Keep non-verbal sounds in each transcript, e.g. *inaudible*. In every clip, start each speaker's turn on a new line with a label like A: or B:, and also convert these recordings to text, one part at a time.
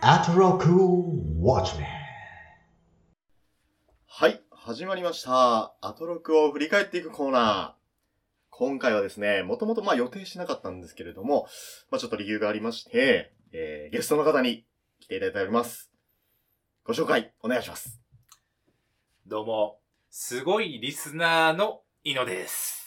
A: アトロックウォッチメン
B: はい、始まりました。アトロクを振り返っていくコーナー。今回はですね、もともとまあ予定しなかったんですけれども、まあちょっと理由がありまして、えー、ゲストの方に来ていただいております。ご紹介お願いします。
C: どうも、すごいリスナーのイノです。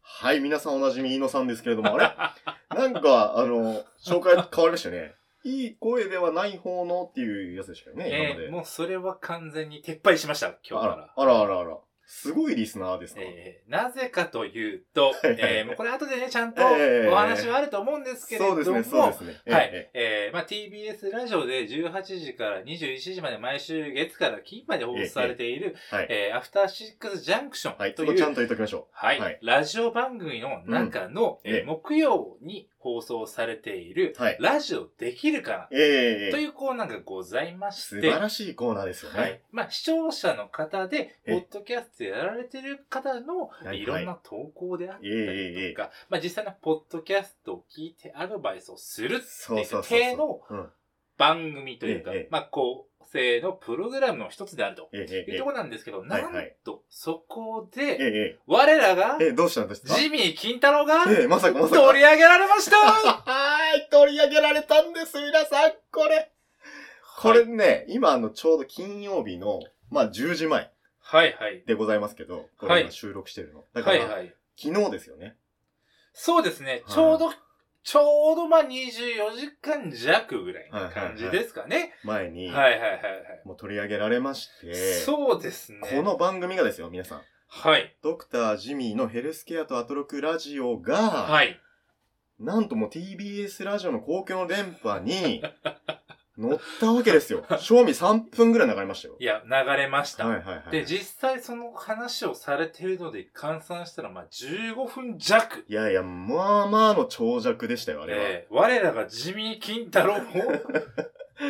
B: はい、皆さんおなじみ、イノさんですけれども、
C: *laughs*
B: あれなんか、あの、紹介変わりましたよね。いい声ではない方のっていうやつでしたよね、今ま
C: え
B: で。
C: ー、もうそれは完全に撤廃しました、
B: あ
C: 今日から
B: ら。あらあらあら。すごいリスナーですか、
C: えーなぜかというと、
B: いはい
C: えーもうこれ後でね、ちゃんと
B: えー
C: お話はあると思うんですけれど
B: そう
C: も、
B: ですね、そうですね。え
C: は
B: え
C: い。えーまあ、TBS ラジオで18時から21時まで毎週月から金まで放送されている、
B: ええはい
C: えーアフターシックスジャンクショ
B: は
C: ン
B: い、
C: と
B: そこ
C: い
B: ちゃん
C: う、
B: と言っときましょ
C: はい、
B: はい
C: ラジオ番組の中の、
B: うん
C: えー
B: ええ
C: 木曜に放送されている、
B: う。はい。
C: ラジオできるかな
B: ええ
C: というコーナーがございまし
B: 素
C: て、
B: 晴らしいコーナーですよね。
C: はい。まあ、視聴者の方で、ポ
B: え
C: ッドキャストやられてる方の
B: いはい
C: いろんな投稿であったり
B: ええええ
C: とか、まあ、実際のポッドキャストを聞いてアドバイスをするって
B: そ
C: いうう
B: そうそうそう。
C: 系の
B: うん、
C: 番組というか
B: ええ、
C: まあ、構成のプログラムの一つであると
B: ええええ
C: いうところなんですけど、
B: は
C: ない
B: はい
C: んと、そこ
B: ええ
C: で、
B: え
C: 我らが
B: え、ええどうしたんですか
C: ジミー金太郎が
B: ええまさかまさか。
C: 取り上げ *laughs* られました
B: はい、取り上げられたんです、皆さん、これ。これね、今、あの、ちょうど金曜日の、まあ、10時前
C: はいはい。
B: でございますけど、こ
C: は
B: れ
C: い
B: 今収録してるの。だか
C: は
B: ら、
C: いはい。
B: 昨日ですよね。
C: そうですね。
B: はい
C: ちょうど、ちょうどまあ24時間弱ぐらいの感じですかね。
B: 前に、
C: はいはいはいはい。
B: もう取り上げられまして、
C: そうですね。
B: こ、の番組がですよ、皆さん。
C: はい。
B: ドクタージミーのヘルスケアとアトロクラジオが、
C: はい。
B: なんともう TBS ラジオの公共の電波に乗ったわけですよ。賞味3分ぐらい流れましたよ
C: い。や、流れました。
B: はいはいはい。
C: で、実際その話をされてるので換算したら、まあ15分弱。
B: いやいや、まあまあの長尺でしたよ、あれは。
C: えー我らが地味金
B: *laughs*
C: 太郎も、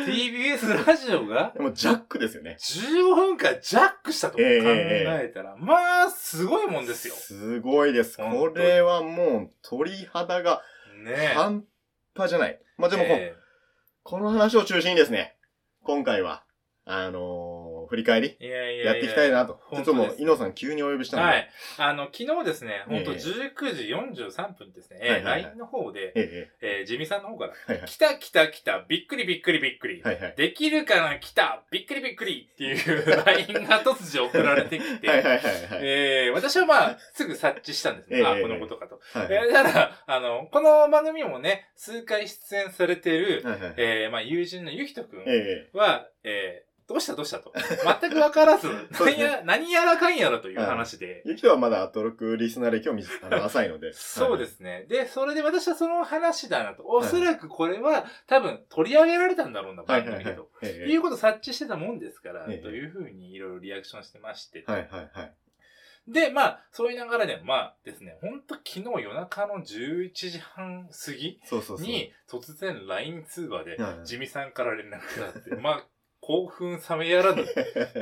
C: TBS ラジオが
B: でもジャックですよね。
C: 15分間ジャックしたと考
B: ええ
C: えたら、まあ、すごいもんですよ。
B: すごいです。
C: 本当
B: こ
C: に
B: れはもう鳥肌が
C: ねえ。
B: 半端じゃない。まあでも、
C: え
B: この話を中心にですね、今回は、あのー振り返り
C: えいやいやい
B: や
C: や。
B: っていきたいなと。ちょ
C: 本
B: っと
C: 当
B: も
C: で
B: う
C: す、
B: イノさん急にお呼びしたんで。
C: はい。あの、昨日ですね、ほんと
B: ええ
C: 19時43分ですね、えー
B: はいはいはい
C: LINE の方で、
B: え
C: えー、ジミさんの方から、
B: えええ。
C: 来た来た来た、びっくりびっくりびっくり。
B: はいはい。はい
C: できるかな来たびっくりびっくりっていう *laughs* LINE が突如送られてきて、
B: はいはいはいはい。
C: えー、私はまあ、すぐ察知したんですね。
B: ええ
C: あ、このことかと。
B: はい
C: えー、ただ、あの、この番組もね、数回出演されている、
B: はいはい。
C: えー、まあ、友人のゆひとくん
B: ええ
C: は、えー、どうしたどうしたと。全くわからず、
B: *laughs* そうです
C: 何
B: ね
C: や、何やらかんやらという話で、
B: ゆきとはまだアトロクリスナー歴は短あの浅いので。。
C: *laughs* そうですすね。で、それで私はその話だなと。お
B: はい
C: そらくこれは多分取り上げられたんだろうな、
B: は
C: 番
B: いはい
C: 組
B: はい
C: でと。。
B: え
C: いうことを察知してたもんですから、と
B: ええ
C: いうふうにいろいろリアクションしてまして。
B: えはいはいはい。
C: で、まあ、そういう流れで、まあですね、ほんと昨日夜中の11時半過ぎ
B: そうそうそう。
C: に突然 LINE 通話で
B: はいは、い
C: 地味さんから連絡があって、 *laughs* まあ、興奮冷めやらぬ
B: *laughs*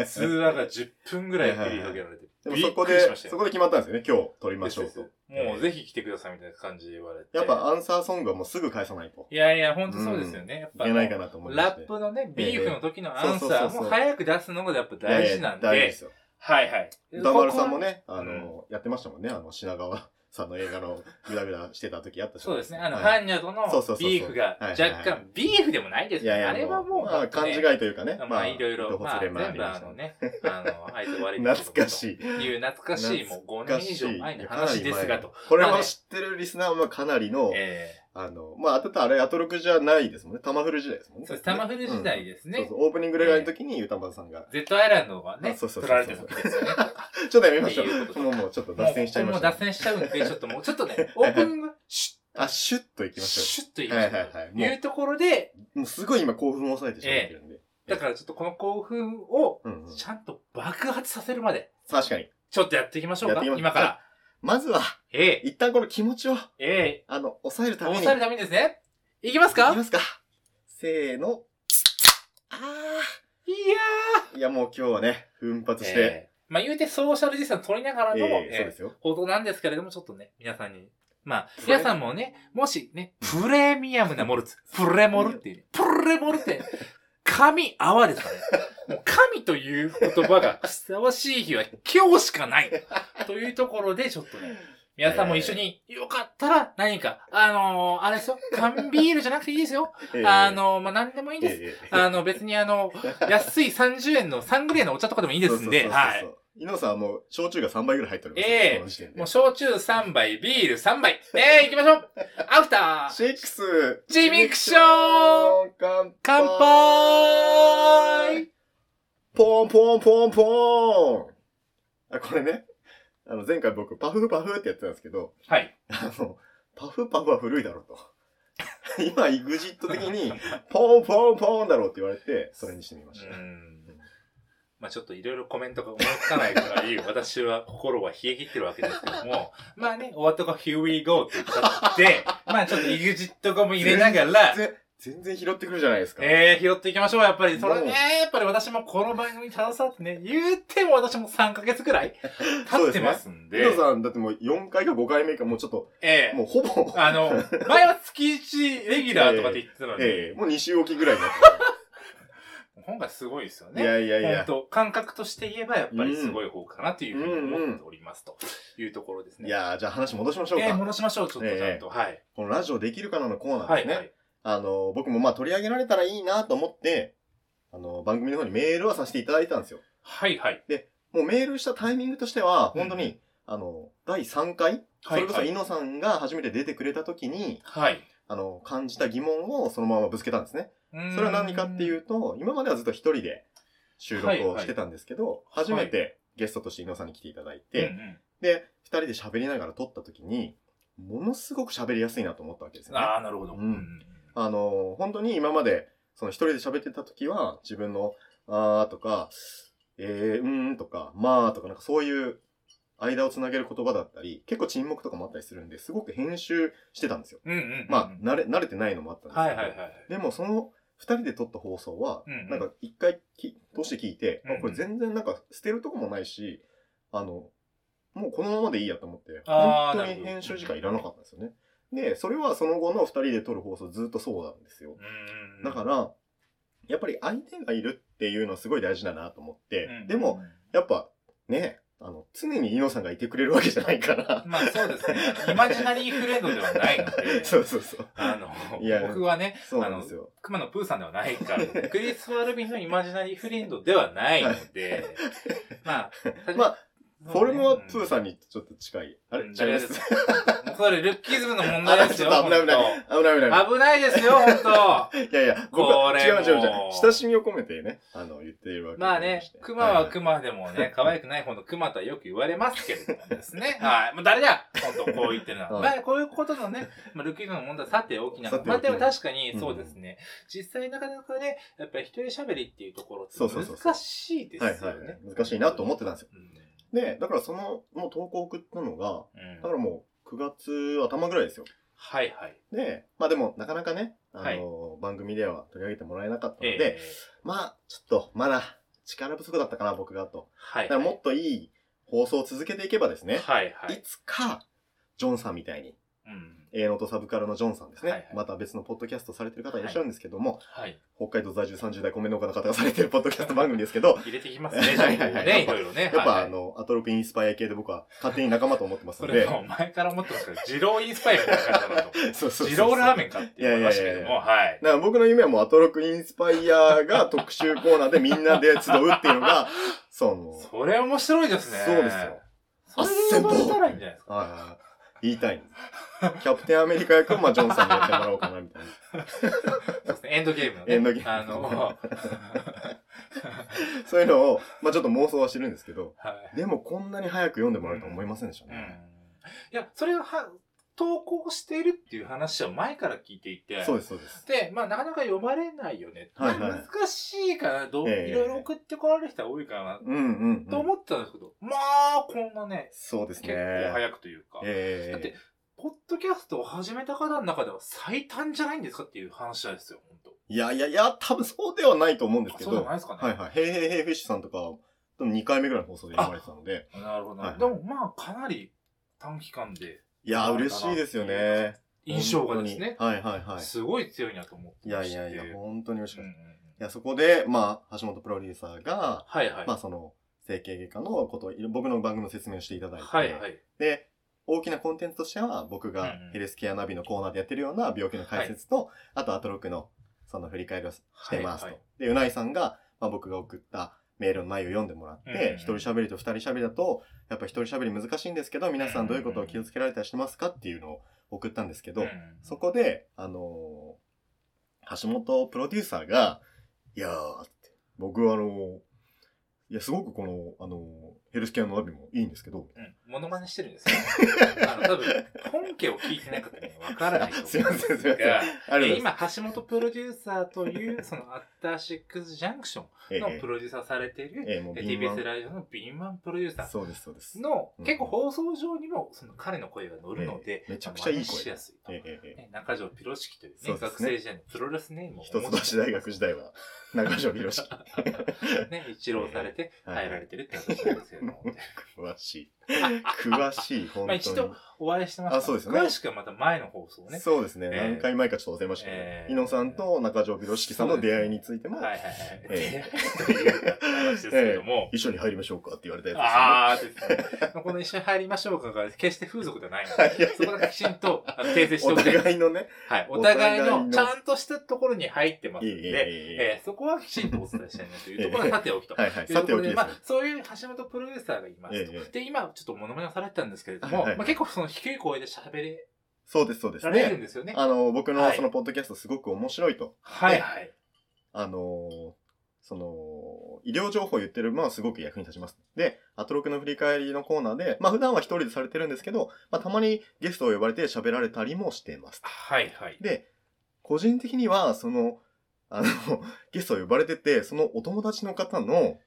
C: 通話が10分ぐらい繰り広げられて、
B: でも
C: び
B: そ
C: っ
B: こ
C: くりし
B: で、
C: ました
B: そ
C: よ。
B: こで決まったんですよね。今日撮りましょう
C: です
B: と
C: で。すもうぜひ来てくださいみたいな感じで言われて。
B: やっぱアンサーソングはもうすぐ返さないと
C: いやいや、ほんとそうですよね。やっ
B: い
C: ぱあ
B: け
C: の
B: ないかなと思いま
C: ラ
B: して
C: ッ。プのね、ビーフの時のアンサ
B: そうそう
C: ー
B: そうそう
C: も早く出すのがやっぱ
B: いやい
C: 大
B: や
C: 事なん
B: 大事で
C: で。
B: すよ。
C: はいはい。
B: 歌丸さんも
C: ね。
B: ね、あの、やってましたもんね。あの、品川さんの映画のグダグダしてた時あったじゃ
C: そう
B: ない
C: ですね。あの、
B: はい
C: ハンニャと
B: そ
C: の
B: うそうそうそう
C: ビーフが
B: はいはい
C: 若
B: はい
C: 干、ビーフでもないで
B: い
C: すね。
B: やいや、
C: あれはもう、
B: まあ、勘違
C: い。
B: いというかね。
C: まあ、いろいろ、
B: どこ
C: まあ、
B: つれ
C: 全
B: もり
C: 部
B: ま
C: あ
B: した
C: のね、あの、あいつ悪い。
B: 懐かし
C: い。
B: い。
C: いう懐かしい、もう5年以上前の
B: かな
C: 話
B: り
C: ですがと。。
B: これ
C: まあ
B: も
C: ね
B: 知ってるリスナーはかなりの、
C: え
B: あの、まあ、あてたあれ、アトロクじゃないですもんね。タマフル時代ですもん
C: え。
B: ね。
C: そうです。タマフル時代
B: で
C: です
B: す
C: ね
B: そ。うそう、オープニングぐらいの時に、ゆたまさんが、
C: Z アイランドがね、
B: あそうそうそうそう
C: 取られた時ですよね。
B: ちょっとやめましょ
C: っていうこと
B: う。もう、もう、ちょっと
C: も
B: 脱線しちゃ
C: う
B: いま
C: も
B: し
C: う
B: た
C: 脱
B: ね。
C: 線しちゃうんで、ちょっともう、ちょっとね、オープニング、シ
B: あ、シュッといき
C: ュッ、
B: ましょ
C: シュッと言い
B: は
C: ま
B: い
C: し
B: はい
C: ょう
B: はい。
C: と
B: も
C: いうところで、
B: う、もうすごい今興奮を抑えてしまってるんで。
C: だからちょっとこの興奮を、
B: うんうん
C: ちゃんと爆発させるまで、
B: 確かに。
C: ちょっとやっていきましょう
B: やっ
C: か、
B: ていきましょう
C: 今から。
B: まずは、
C: ええ、
B: 一旦この気持ちを、
C: ええ、
B: あの、抑えるため
C: 押
B: に。
C: されるためにですね。いきますか
B: いきますか。せーの。あ
C: いや
B: ー。いや、もう今日はね、奮
C: ー
B: 発して。
C: ええまあ言うてソーシャルディスタンス取りながら
B: え
C: の、
B: えそう
C: え
B: で
C: え
B: すよ。
C: 報道なんですけれども、ちょっとね、皆さんに。まあ、
B: プレ
C: 皆さ
B: *laughs*
C: んもね、もしね、プレミアムなモルツ、プレモルっていうね、プレモルって、神泡ですからね。もう神という言葉がふさわしい日は今日しかない。というところで、ちょっとね、皆さんも一緒に、よかったら何か、あのー、あれですよ、缶ビールじゃなくていいで
B: *laughs*
C: すよ。あのー、まあ、何でもいいです。
B: ええ、
C: あの、別にあの、安い30円のサングレーのお茶とかでもいいですんで、はい。
B: い。イノさんはもう、焼酎が3杯ぐらい入っております。
C: ええ
B: この時点で
C: もう焼酎3杯、ビール3杯。えー、行きましょうアフター
B: シックス
C: ジミクション
B: 乾
C: 乾杯
B: ポンポンポンポンあ、これね、あの前回僕パフパフってやってたんですけど、
C: はい。
B: あの、パフパフは古いだろうと。 *laughs* 今、イグジット的に、ポンポンポンだろうって言われて、それにしてみま
C: う
B: し
C: ー
B: た。
C: ん。まあちょっといろいろコメントが思いつかないからいい、私は心は冷え切ってるわけですけども、まあね、終わったか Here we go って言ったって、まあちょっと EXIT 語も入れながら、
B: ぜ全然拾ってくるじゃないですか。
C: ええ拾っていきましょう、やっぱり。それは
B: も
C: ね
B: う、
C: やっぱり私もこの番組に携わってね、言っても私も3ヶ月くらい
B: そ
C: 経
B: う
C: っ
B: です
C: て
B: ね
C: ますん
B: イ
C: で、
B: ノさん、だってもう4回か5回目か、もうちょっと、
C: ええ
B: もうほぼ、
C: あの、前は月1レギュラーとかって言ってたのに、
B: ええもう2週おきぐらいになっ
C: 今回すごいですよ
B: て。い
C: ね。
B: やいやいや。
C: 本当感覚として言えばやっぱりすごい方かなというふうに思っておりますというところですね。
B: いやーじゃあ話戻しましょうか。
C: ええ戻しましょう、ちょっとちゃんと。はい。
B: このラジオできるかなのコーナー
C: は
B: で
C: い、
B: すね。
C: はい。
B: あの、僕もまあ取り上げられたらいいなと思って、あの、番組の方にメールはさせていただいたんですよ。
C: はい、はい。
B: もうメールしたタイミングとしては、本当に、
C: うん
B: あの、第3回、
C: はい
B: それこそ、イノさんが初めて出てくれた時に、
C: はい。
B: あの、感じた疑問をそのままぶつけたんですね。
C: うーん
B: それは何かっていうと、今まではずっと一人で収録をしてたんですけど、
C: はいはい
B: 初めてゲストとしてイノさんに来ていただいて、
C: うんうん
B: で、二人で喋りながら撮った時に、ものすごく喋りやすいなと思ったわけですよね。
C: ああ、なるほど。
B: うんあの、本当に今まで、その一人で喋ってた時は、自分の、あーとか、えー、うーんとか、まあとか、なんかそういう、間をつなげる言葉だったり、結構沈黙とかもあったりするんで、すごく編集してたんですよ。
C: うんうん。
B: まあ、慣れ、慣れてないのもあったんですけど。
C: はい、はい、はい。
B: でも、その二人で撮った放送は、
C: うんうん
B: なんか一回き通して聞いて、
C: うんうん
B: あこれ全然なんか捨てるとこもないし、あの、もうこのままでいいやと思って、
C: あ
B: 本当
C: ーなるほ
B: に
C: ど
B: 編集時間いらなかったんですよね。で、それはその後の二人で撮る放送ずっとそうなんですよ。
C: うん
B: だか、ら、やっぱり相手がいるっていうのはすごい大事だなと思って、
C: うん
B: でも、、やっぱね、あの、常にイノさんがいてくれるわけじゃないから。、
C: まあそうですね。イマジナリーフレンドではないので
B: *laughs* そうそうそう。
C: あの
B: いや、
C: 僕はね、
B: そうなんですよ。
C: 熊野プーさんではない *laughs* から、クリス・ワルビンのイマジナリーフレンドではないので、まあ、
B: まあフォルムはプー
C: ん。
B: さんにちょっと近い。あ
C: あ
B: れ
C: れ、
B: 違い
C: 違
B: ま
C: い
B: す *laughs*
C: す。 *laughs* もうそれ、ルッキズムの問題ですよ。
B: あちょっと危ない
C: 本
B: 危ない危
C: 当
B: ない。
C: 危ないですよ、本
B: いやいや、僕は
C: これ
B: 違う
C: も
B: 違う違う。親しみを込めてね、あの、言っているわけ
C: 当。
B: で
C: まあね、熊は熊でも
B: *laughs*
C: ね、可愛くない方の熊とはよく言われますけれどもですね。はい。まあ誰だ本当こう言ってるのは。
B: うん
C: まあこういうことのね、まあ、ルッキズムの問題はさておきな
B: さ
C: が
B: てお
C: ら。
B: き
C: ま
B: ながら
C: あでも確かにそうですね。実際なかなかね、やっぱり一人喋りっていうところって
B: そうそうそうそう
C: 難しいですよね。
B: はいはいはい難しいなと思ってたんですよ。
C: う
B: で、だからその、もう投稿送ったのが、
C: ん。うん
B: だからもう9月頭ぐらいですよ。
C: はいはい。
B: で、まあでも、なかなかね、あの、
C: はい
B: 番組では取り上げてもらえなかったの
C: ええ
B: で、まあ、ちょっと、まだ、力不足だったかな、僕がと。
C: はい
B: だからもっといい放送を続けていけばですね、、
C: はいはいい。
B: つか、ジョンさんみたいに、
C: うん
B: A ノートサブカルのジョンさんですね、
C: はいはい
B: また別のポッドキャストされてる方いらっしゃるんですけども、
C: はい。
B: 北海道在住30代コメントの方がされてるポッドキャスト番組ですけど、
C: 入れていきますね。
B: はいはいはい
C: ね、いろいろね。
B: やっぱ、
C: はいはい
B: あの、アトロピンインスパイア系で僕は勝手に仲間と思ってます
C: そ
B: の
C: れ
B: で、
C: はもう前から思ってますけど、二郎インスパイアみたいな感じだなと。
B: *laughs* そうそうそう
C: 二郎ラーメンかって思いました
B: い
C: け
B: やいやいや
C: ど
B: いや
C: も、はい。
B: だから僕の夢はもうアトロックインスパイアが特集コーナーでみんなで集うっていうの
C: *laughs*
B: が、その、
C: それ面白いですね。
B: そうですよ。。
C: それで呼ばれたらいいんじゃないですか。
B: はいはいはい。言いたいんです。キャプテンアメリカ役をまあジョンさんにやってもらおうかなみたいな。
C: そうですねエンドゲームのね。
B: エンドゲーム *laughs*
C: あの、は
B: そういうのを、まあちょっと妄想はしてるんですけど、
C: い。
B: でもこんなに早く読んでもらえるとは思いませんでした
C: うん
B: ね。
C: いや、それをは、投稿しているっていう話は前から聞いていて。
B: そうです、そうです。
C: で、まあ、なかなか読まれないよね。
B: はいはい
C: まあ難しいかな。どう
B: ええ
C: いろいろ送ってこられる人は多いかな。
B: うんうん、
C: と
B: うん。
C: 思ってたんですけど、まあ、こんなね、
B: そうですね。
C: 結構早くというか。だっ
B: え
C: て、ポッドキャストを始めた方の中では最短じゃないんですかっていう話なんですよ、本当。
B: えいやいやいや、多分そうではないと思うんですけ
C: そうじゃ
B: ど
C: ない、ですかね。
B: はいはい。へいへいへいフィッシュさんとか、多分2回目ぐらいの放送で読まれてたので、
C: なるほど、
B: はいはい
C: でもまあ、かなり短期間で
B: いやー、
C: そうなんだな
B: 嬉しいですよね。
C: 印象がですね、
B: 本当にはいはいはい。
C: すごい強いなと思って
B: い
C: ま
B: や
C: し
B: い
C: て。
B: やいや、本当に嬉しか
C: う
B: っ
C: ん
B: た。
C: う
B: い
C: ん
B: や、そこで、まあ、橋本プロデューサーが、
C: はいはい。
B: まあ、その、整形外科のことを、いろ僕の番組の説明をしていただいて、
C: はいはい。
B: で、大きなコンテンツとしては、僕が
C: うんうん
B: ヘルスケアナビのコーナーでやってるような病気の解説と、あとアトロックのその振り返りをしてますと。
C: はいは
B: で、うないさんが、まあ、僕が送ったメールの内容を読んでもらっ
C: うんうん
B: て、一、人喋りと二人喋りだと、やっぱ一人喋り難しいんですけど、皆さんどういうことを気をつけられたりしてますかっていうのを送ったんですけど、
C: うん
B: そこで、あのー橋本プロデューサーが、いやーって、僕はあのーいや、すごくこの、あのーヘルスケアのナビもいいんですけど、
C: うん。モノマネしてるん
B: *laughs*
C: ですよ。あの、多分、本家を聞いてなくてね、わからないと思う。
B: すいませんすいませんあり
C: が
B: がとうございます
C: え今、橋本プロデューサーという、その、アフターシックスジャンクショ
B: え
C: ンの
B: え
C: プロデューサーされている、
B: ええもう
C: え
B: 敏腕
C: TBS ラジオの敏腕プロデューサ
B: そうです、そうです
C: ー。の
B: うん、
C: 結構放送上にも、その彼の声が乗るので
B: え、えめちゃくちゃいい声
C: 真似しやすいと。
B: えええええ
C: ね中条ピロシキという
B: そう
C: ね、
B: です
C: 学
B: ね
C: 生時代のプロレスネーム
B: え
C: を
B: 一橋大学時代は、 *laughs* 中条博士。
C: ね、一浪されて、
B: はいはい
C: 入られてるって話なんですけ
B: *laughs*
C: ども。
B: *laughs* 詳しい。詳しい、本
C: まあ
B: 当
C: 一
B: に。
C: 度お会いしてました。
B: あそうですね
C: 詳しくはまた前の放送ね。
B: そうですね、
C: ええ
B: 何回前かちょっと忘れましたけど、
C: ええ
B: 猪野さんと中条博士さんの出会いについても、
C: はいはいはい。
B: え
C: という話ですけども。
B: 一緒に入りましょうかって言われたや
C: ああですね。まあこの一緒に入りましょうかが、決して風俗ではないの
B: つです
C: で、
B: よね。
C: そこだけきちんとあの訂正して
B: お
C: おきたい。
B: 互いのね。
C: はい。
B: お
C: お
B: 互
C: 互
B: い
C: い
B: の
C: のちゃんとしたところに入ってます
B: いえい
C: ん
B: えい
C: で、
B: えいえ
C: えーそこはきちんとお伝えしたいなというと
B: *laughs*
C: ころはさておきと。
B: はいはい。
C: という
B: さ
C: と
B: て
C: こ
B: お
C: ろ
B: き
C: で
B: ですね。
C: まあ、そういう橋本プロデューサーがいますと。
B: ええええ
C: で、今、ちょっとモノマネをされてたんですけれど
B: は
C: も、
B: いはい
C: まあ、結構その低い声で喋れ
B: そうです、そうです
C: られる
B: ね。
C: んですよね。
B: あの、僕の
C: はい
B: そのポッドキャストすごく面白いと。
C: はいはい。
B: あのーその、医療情報を言ってるのはすごく役に立ちます。で、アトロクの振り返りのコーナーで、まあ普段は一人でされてるんですけど、まあたまにゲストを呼ばれて喋られたりもしてます。
C: はいはい。
B: で、個人的には、その、あの、 *laughs* ゲストを呼ばれてて、そのお友達の方の、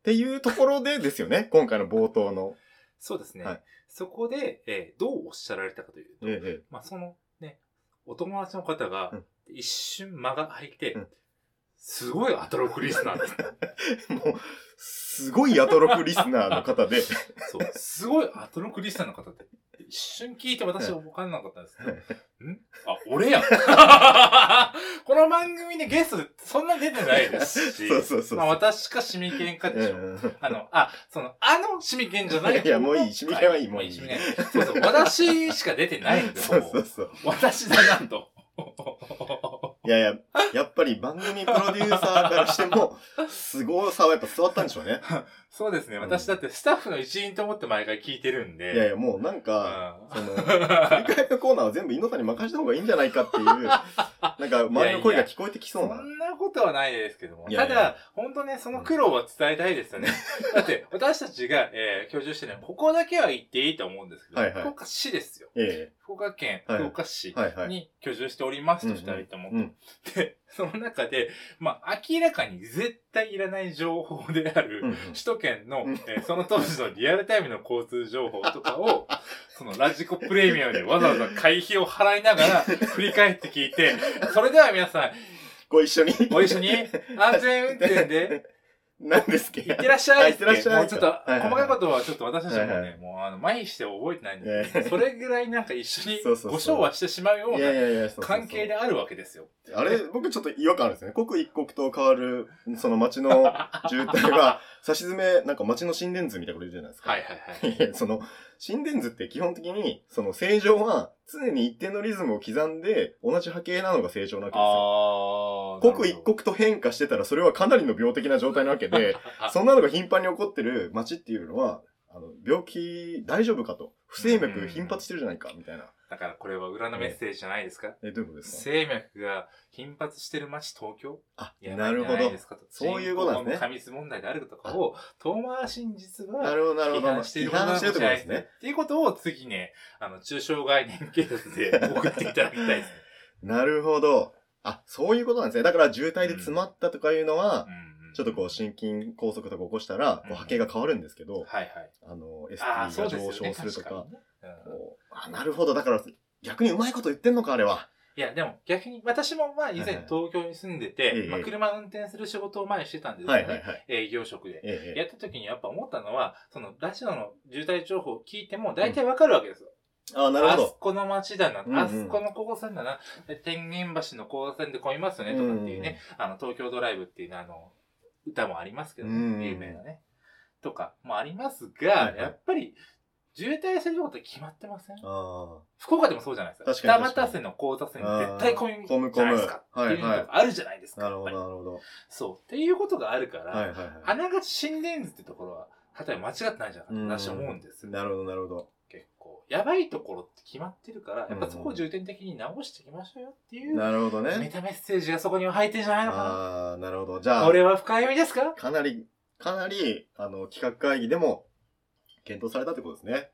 B: っていうところでですよね、 *laughs* 今回の冒頭の。
C: そうですね。
B: はい
C: そこで、えーどうおっしゃられたかというと、
B: ええ
C: まあ、そのね、お友達の方が
B: うん、
C: 一瞬間が空いて、
B: うん
C: すごいアトロクリスナーです。
B: もう、すごいアトロクリスナーの方
C: *laughs*
B: で、
C: そう。すごいアトロクリスナーの方って、一瞬聞いて私は分かんなかったんですけど、んあ、
B: *laughs*
C: 俺や。この番組でゲスト、そんな出てないですし、
B: そうそうそう
C: まあ、私かシミケンかでしょ。
B: うん
C: あの、あ、その、あの、シミケンじゃない。
B: いやもういいシミケンはいいも
C: も
B: う
C: う
B: い
C: い
B: い
C: い、シミケン。そうそう、私しか出てないんで、
B: そう
C: も
B: そうそう。
C: 私だなと。
B: いやいや、やっぱり番組プロデューサーからしても、すごさはやっぱ伝わったんでしょうね。
C: そうですね、私だってスタッフの一員と思って毎回聞いてるんで。
B: いやいや、もうなんか、
C: う
B: その、
C: ん
B: 振り返りのコーナーは全部井野さんに任せた方がいいんじゃないかっていう、なんか周りの声が聞こえてきそ
C: そ
B: うんな。
C: なことはないですけども。
B: いやいや
C: ただ、本当ね、その苦労は伝えたいです
B: *laughs*
C: よね。だって、私たちが、えー、居住してね、ここだけは行っていいと思うんですけど、
B: はいはい
C: 福岡市ですよ。
B: え
C: 福岡県
B: はい
C: 福岡市
B: えはいはい。
C: に居住しておりま
B: う
C: すと、
B: んうん
C: 二人とも。
B: うん
C: で、その中で、まあ、明らかに絶対いらない情報である、
B: うんうん
C: 首都圏の、
B: うん
C: えーその当時のリアルタイムの交通情報とか
B: *laughs*
C: を、そのラジコプレミアムでわざわざ会費を払いながら振り返って聞いて、それでは皆さ
B: ご一緒に。
C: ん、ご一
B: *laughs*
C: 緒に安全運転で
B: なんですけ
C: いっ
B: ど
C: て。らっしゃい
B: いってらっしゃい
C: もうちょっと、
B: はいはいはい
C: 細かいことはちょっと私たちもね、
B: はいは
C: もうあの、麻痺して覚えてないんですけ
B: ええ
C: ど、それぐらいなんか一緒
B: *laughs*
C: に
B: そうそうそう
C: ご唱和してしまうよう
B: いやい
C: な
B: やいや、そうそうそう
C: 関係であるわけですよ。
B: あれ、僕ちょっと違和感あるんですよね。刻一刻と変わる、その街の渋滞は、差し詰め、なんか街の心電図みたいなこと言うじゃないですか。
C: はいはいはい。
B: いや *laughs* その、心電図って基本的に、その正常は常に一定のリズムを刻んで、同じ波形なのが正常なわけですよ。
C: あ
B: 刻一刻と変化してたら、それはかなりの病的な状態なわけで、 *laughs* そんなのが頻繁に起こってる街っていうのは、あの、病気大丈夫かと。不整
C: う
B: 脈
C: ん
B: 頻発してるじゃないか、みたいな。
C: だからこれは裏のメッセージじゃないですか、
B: え、どういうことですか
C: 生脈が頻発してる街東京
B: あ、
C: やば
B: ない
C: ん
B: る
C: じゃ
B: ほ
C: ない
B: ど
C: で。すかと。
B: そういうことなんですね
C: 人口の過密問題であるとかを、遠回しに実
B: な
C: は、
B: るほど、なるほ
C: 批
B: ど。
C: 判してい
B: 批
C: ることな
B: 判
C: の
B: し
C: か
B: てるってこと
C: もしれな
B: で
C: いですすね。
B: ね。
C: っていうことを次ね、あの、中小概念警
B: *laughs*
C: 察で送っていただきたいですね。
B: なるほど。あ、そういうことなんですね。だから渋滞で詰まったとかいうのは
C: う、んん
B: ちょっとこう、心筋梗塞とか起こしたら、こ
C: う
B: うん波形が変わるんですけど、
C: はいはい。
B: あの、
C: ああ、
B: ST
C: そ
B: が
C: うですよ
B: 上
C: ね。
B: 昇するとか。
C: 確にねうん
B: こうあ、なるほど。だから、逆にうまいこと言ってんのか、あれは。
C: いや、でも逆に、私もまあ以
B: はいは
C: 前
B: い
C: 東京に住んで
B: え
C: て
B: え、
C: まあ
B: ええ
C: 車運転する仕事を前にしてたんですよ
B: はいはい
C: ね。
B: はい。
C: 営業職で。
B: えええ
C: やった時にやっぱ思ったのは、そのラジオの渋滞情報を聞いても大体わかるわけですよ。
B: ああ、なる
C: あ
B: ほ
C: そ
B: ど。
C: この町だな、
B: うんうん
C: あそこの高校線だな、で天元橋の高校線で混みますよね、とかっていうね、あの、東京ドライブっていうのはあの、歌もありますけどね、
B: うんうん
C: 有名なね。とかもあります
B: はい
C: が、
B: はい
C: やっぱり、渋滞することって決まってません
B: あ
C: 福岡でもそうじゃないですか。
B: 確かに確か
C: 二
B: に
C: 俣線の高座線絶対混
B: あー混む
C: むじゃないですか。
B: 混む
C: っていうの
B: はいはい
C: があるじゃないです
B: あ、
C: か。
B: なるほど、
C: やっぱ
B: なるほど。
C: りそう。っていうことがあるから、
B: はいはいは
C: あながち心電図ってところは、例えば間違ってないんじゃないかなって私は思うんです
B: い。
C: よ。
B: なるほど、なるほど。
C: 結構。やばいところって決まってるから、やっぱそこを重点的に直していきましょうよっていう、
B: なるほど
C: メ
B: ね。
C: タメッセージがそこには入ってるんじゃないのか
B: ああ、なるほど。じゃ
C: な。
B: あ
C: こ、れは深読みですか
B: かなり、かなり、あの、企画会議でも、検討されたってことですね。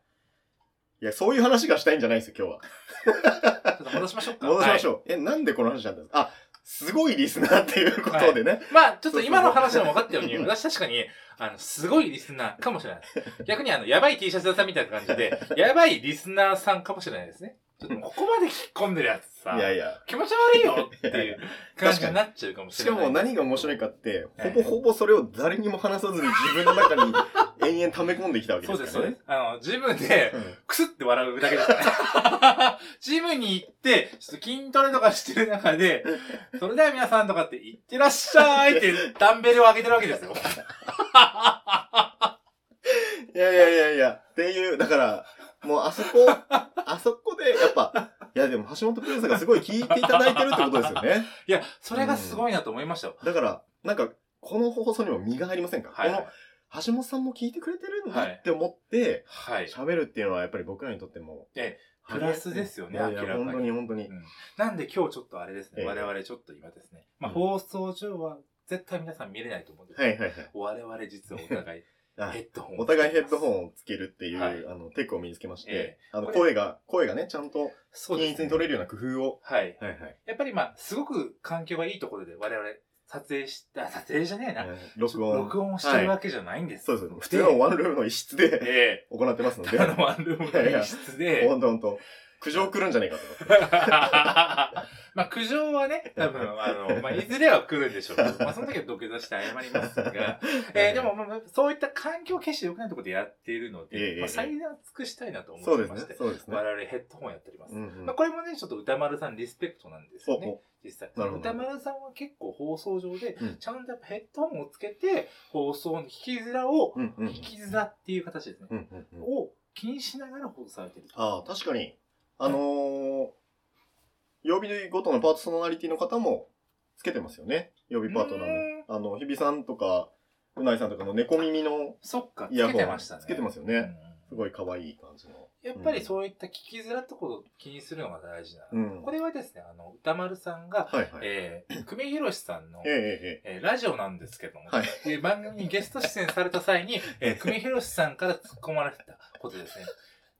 B: いや、そういう話がしたいんじゃないんですよ、今日は。
C: ちょっと戻しましょうか。
B: 戻しまし
C: ょ
B: ょう。え、なんでこの話なんですかあ、すごいリスナーっていうことでね。
C: う。まあ、ちょっと今の話でも分かったように、私確かに、あの、すごいリスナーかもしれないです。逆にあの、やばい T シャツ屋さんみたいな感
B: *laughs*
C: じで、やばいリスナーさんかもしれないですね。ちょっとここまで引っ込んでるやつさ、
B: いやいや。
C: 気持ち悪いよっていう感じになっちゃうかもし
B: し
C: れ
B: か
C: ない。
B: も何が面白いかって、ほぼ
C: はい
B: ほぼそれを誰にも話さずに自分の中
C: *laughs*
B: に延々溜め込んできたわけで
C: そう
B: すか
C: です、
B: ら
C: そうで
B: ね
C: す。。あの、自分で、
B: うん
C: くすって笑うだけですから。ジムに行って、ちょっと筋トレとかしてる中で、それでは皆さんとかって、行ってらっしゃいって、ダンベルを上げてるわけですよ。
B: いやいやいやいや、っていう、だから、もうあそこ、 *laughs* あそこで、やっぱ、いやでも橋本プロレスがすごい聞いていただいてるってことですよね。
C: いや、それがすごいなと思いましたよ。
B: だから、なんか、この放送にも身が入りませんか、
C: はい。
B: この、橋本さんも聞いてくれてるんだ
C: はい
B: って思って、
C: はい。
B: 喋、るっていうのはやっぱり僕らにとっても、
C: えプラスですよね
B: いやいや
C: 明らかに
B: 本当に本当に。
C: なんで今日ちょっとあれです
B: え
C: ね、
B: え
C: 我々ちょっと今ですね、まあ、
B: うん
C: 放送上は絶対皆さん見れないと思うんです
B: は
C: け
B: いはいはい。
C: ど、我々実はお
B: *laughs*
C: 互い
B: あ
C: ヘッドホンを
B: お互いヘッドホ
C: ン。
B: ンをつけるっていう、
C: はい
B: あの、テクを身につけまして、
C: え
B: あの、
C: これ
B: 声が、声がね、ちゃんと
C: そう
B: 均
C: です、
B: 一に取れるような工夫を。
C: はい。
B: はいはい。
C: やっぱりまあ、すごく環境がいいところで我々撮影した、撮影じゃねえな。
B: えー録音。
C: 録音をしてる
B: はい
C: わけじゃないんです。
B: そうです。普通のワンルームの一室で
C: え
B: 行ってますの
C: え
B: で。
C: *laughs* あの、ワンルームの一
B: *laughs*
C: 室で。
B: ほんとほんと。苦情来るんじゃねえかと思って。
C: *laughs* まあ、苦情はね、多分、あの、まあ、いずれは来るんでしょうけど、まあ、その時は土下座して謝りますが、えーでも、まあまあ、そういった環境を決して良くないところでやっているの
B: えええ
C: で、
B: え
C: まあ、最大を尽くしたいなと思
B: そう
C: って
B: で
C: ますして、
B: ね。そうですね。
C: 我々ヘッドホンやっております。
B: うんうん
C: まあ、これもね、ちょっと歌丸さんリスペクトなんです
B: お
C: よね。
B: お
C: 実際。
B: なるほど
C: 歌丸さんは結構放送上で
B: うん、
C: ちゃんとやっぱヘッドホンをつけて、放送の聞き面を、
B: うんうん。
C: 聞き面っていう形ですね。
B: うんうんうん
C: を気にしながら放送されてると。
B: ああ、確かに。あのー、曜日ごとのパーソナリティの方もつけてますよね。曜日パートナー
C: う
B: の。あの、日比さんとか、うないさんとかの猫耳の
C: そっか、つ
B: イヤ
C: け
B: ホン。
C: てましたね。
B: つけてますよ
C: う
B: ね。
C: ん
B: すごい可愛い感じの。
C: やっぱりそういった聞きづらいところを気にするのが大事なの。
B: うん。
C: これはですね、あの、歌丸さんが、
B: はいはい。
C: えー、久米宏さんの
B: え、ええええ
C: えーラジオなんですけども、
B: はい
C: で番組にゲスト出演された際に、えー、久米宏さんから突っ込まれたことですね。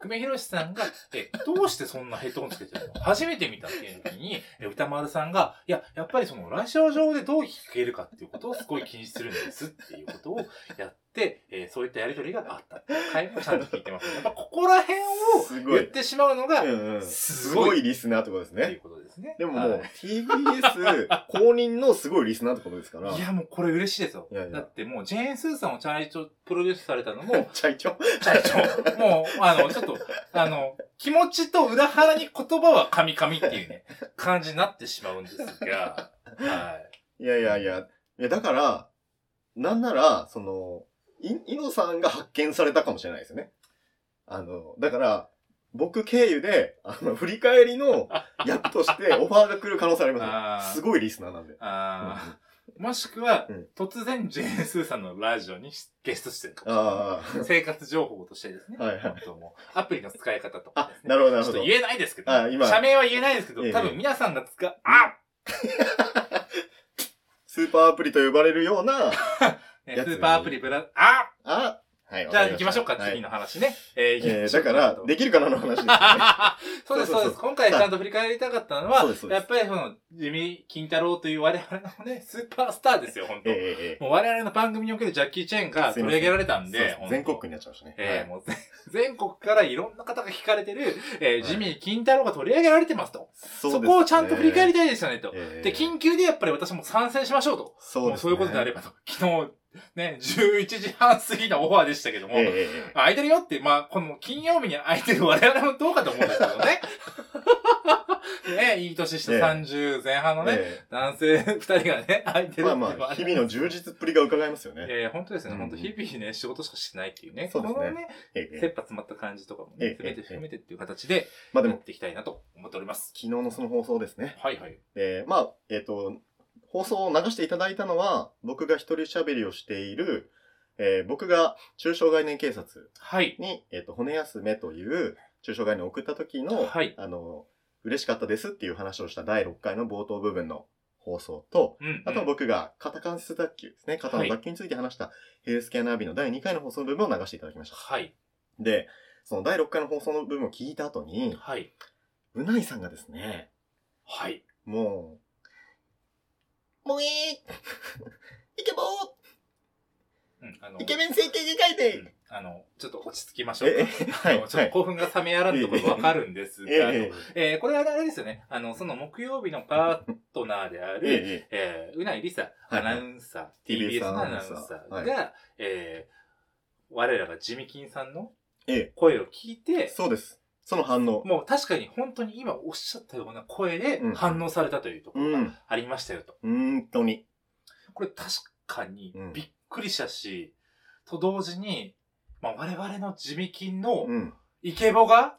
C: 久米宏さんが、えー、どうしてそんなヘッドホンつけてるの初めて見たっていう時に、えー、歌丸さんが、いや、やっぱりそのラジオ上でどう聞けるかっていうことをすごい気にするんですっていうことをやって、えーそういったやりとりがあったっていう回もちゃんと聞いてます。やっぱここら辺を
B: すご
C: 言っ
B: い。
C: てしまうのが、っ
B: うんうん
C: す
B: す
C: ごい
B: ごいリスナーってことです
C: てい
B: ね
C: う。ことですね。
B: でもも
C: *laughs* は
B: う TBS 公認のすごいリスナーってことですから。
C: い、いや、もうこれ嬉しいですよ。
B: いやいや
C: だってもう、ジェーン・スーさんをチャイチョプロデュースされたのも、
B: ちゃいちょ。
C: 社長、もう、あの、ちょっと、あの、気持ちと裏腹に言葉はカミカミっていうね、感じになってしまうんですが、はい。
B: いやいやいや。いや、だから、なんなら、その、い、イノさんが発見されたかもしれないですよね。あの、だから、僕経由で、あの、振り返りの役と
C: *laughs*
B: してオファーが来る可能性ありま
C: あ
B: す
C: ー
B: よ。すごいリスナーなんで。
C: あーもしくは、
B: うん
C: 突然ジェーン・スーさんのラジオにゲスト出演とか、
B: ああ。
C: 生活情報としてですね、
B: はいはい
C: 本当もうアプリの使い方とか
B: あ
C: で、すね。
B: なるほど、なる
C: ちょ
B: ほ
C: っ *laughs* と
B: ど。
C: 言えないですけど
B: あ、今
C: 社名は言えないですけど
B: ええ、
C: 多分皆さんが使う、あ
B: スーパーアプリと呼ばれるような、
C: ね
B: や
C: ス
B: つ
C: ーパーアプリブラ、あ
B: あ、はい。
C: じゃあ行きましょうか、
B: はい
C: 次の話ね。
B: え
C: えー行きま
B: ー
C: し
B: だ
C: ょうか
B: から、できるかなの話ですよね。
C: *laughs* そうです、そ
B: そう
C: うで
B: そう
C: す。今回ちゃんと振り返りたかったのは
B: そうですそ、うです
C: やっぱりその、地味金太郎という我々のね、 *laughs* スーパースターですよ、本当
B: ええええええ
C: もう我々の番組におけるジャッキー・チェーンが
B: すい
C: 取
B: ま
C: り
B: せん
C: 上げられたん
B: そう
C: で
B: そ、う全国
C: 本
B: 区
C: 当
B: になっちゃいましたね。
C: え
B: は
C: え
B: い
C: もう *laughs* 全、全国からいろんな方が聞かれてる、え
B: い
C: ー、ジミー・金太郎が取り上げられてますと。
B: そ
C: そこをちゃんと振り返り
B: たい
C: たいですよね、と。で、緊急でやっぱり私も参戦しましょうと。
B: そう
C: も
B: で
C: う
B: すね
C: そういうことであればと。昨日、ね、11時半過ぎのオファーでしたけども、
B: ええええ
C: 空いてるよって、まあ、この金曜日に空いてる我々もどうかと思うんですけど
B: *laughs*
C: ね。ね、いい年した
B: ええ
C: 30前半のね、
B: え
C: 男性2人がね、空い
B: え
C: てるって
B: ま
C: い
B: あ
C: うのはね
B: まあ、日々の充実っぷりが伺えますよね。
C: ええ本当ですね。
B: うん
C: 本当日々ね、仕事しかしてないっていうね。
B: そうですね
C: このね、
B: えええ
C: 切
B: え
C: 羽詰まった感じとかも
B: ええ、
C: ねすべて含めてっていう形で、
B: まあで
C: や
B: も
C: っ、ていきたいなと思っております。
B: 昨日のその放送ですね。
C: はいはい。
B: で、まあ、えっ、と、放送を流していただいたのは、僕が一人喋りをしている、えー僕が中小概念警察
C: はい。
B: に、えっ、と、骨休めという中小概念を送った時の、
C: はい
B: あの、嬉しかったですっていう話をした第6回の冒頭部分の放送と、
C: うん、うん。
B: あとは僕が肩関節脱臼ですね、肩の脱臼について話したヘルスケアナビの第2回の放送の部分を流していただきました。
C: はい。
B: で、その第6回の放送の部分を聞いた後に、
C: はい。
B: うないさんがですね、
C: はい。
B: もう、もういいイケボ
C: うん、あの *laughs*
B: ーイケメン整形外科医
C: う
B: で
C: んあの、ちょっと落ち着きましょう
B: え、
C: か。
B: えは
C: あ
B: い、
C: のちょ
B: は
C: っと
B: い。
C: 興奮が冷めやらんところわかるんですが、
B: ええ、え
C: えーこれあれあれですよね。あの、その木曜日のパートナーで
B: え、
C: あ
B: え
C: る、
B: え、
C: えー、うないりさ、ア
B: はいはい
C: ナウンサー、
B: TBS
C: TBS のアナウンサー
B: ア
C: が、
B: ナウンサー
C: えー我らがジミキンさんの
B: ええ
C: 声を聞い
B: え
C: て、
B: そうです。その反応。
C: もう確かに本当に今おっしゃったような声で
B: うん
C: 反応されたというとこ
B: う
C: ろが
B: ん、
C: ありましたよと。
B: うんとに。
C: これ確かに
B: うん
C: びっくりしたし、と同時に、まあ、我々のジミキンの
B: うん。
C: イケボが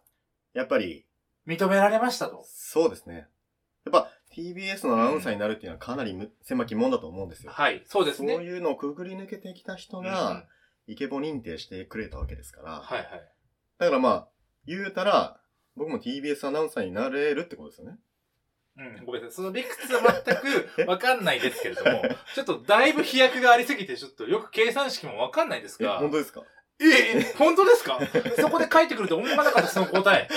B: やっぱり、
C: 認められましたと。
B: そうですね。やっぱ、TBS のアナウンサーになるっていうのはかなりむ狭き門だと思うんですよ。
C: はい、そうですね。
B: そういうのをくぐり抜けてきた人
C: うん
B: が、イケボ認定してくれたわけですから。
C: はいはい。
B: だからまあ、言うたら、僕も TBS アナウンサーになれるってことですよね。
C: うん、ごめんなさい。その理屈は全
B: *laughs*
C: くわかんないですけれども、ちょっとだいぶ飛躍がありすぎて、ちょっとよく計算式もわかんないです
B: え、
C: が。
B: 本当ですか
C: ええ、本当ですかそこで書いてくると思わなかった、その
B: *laughs*
C: 答え。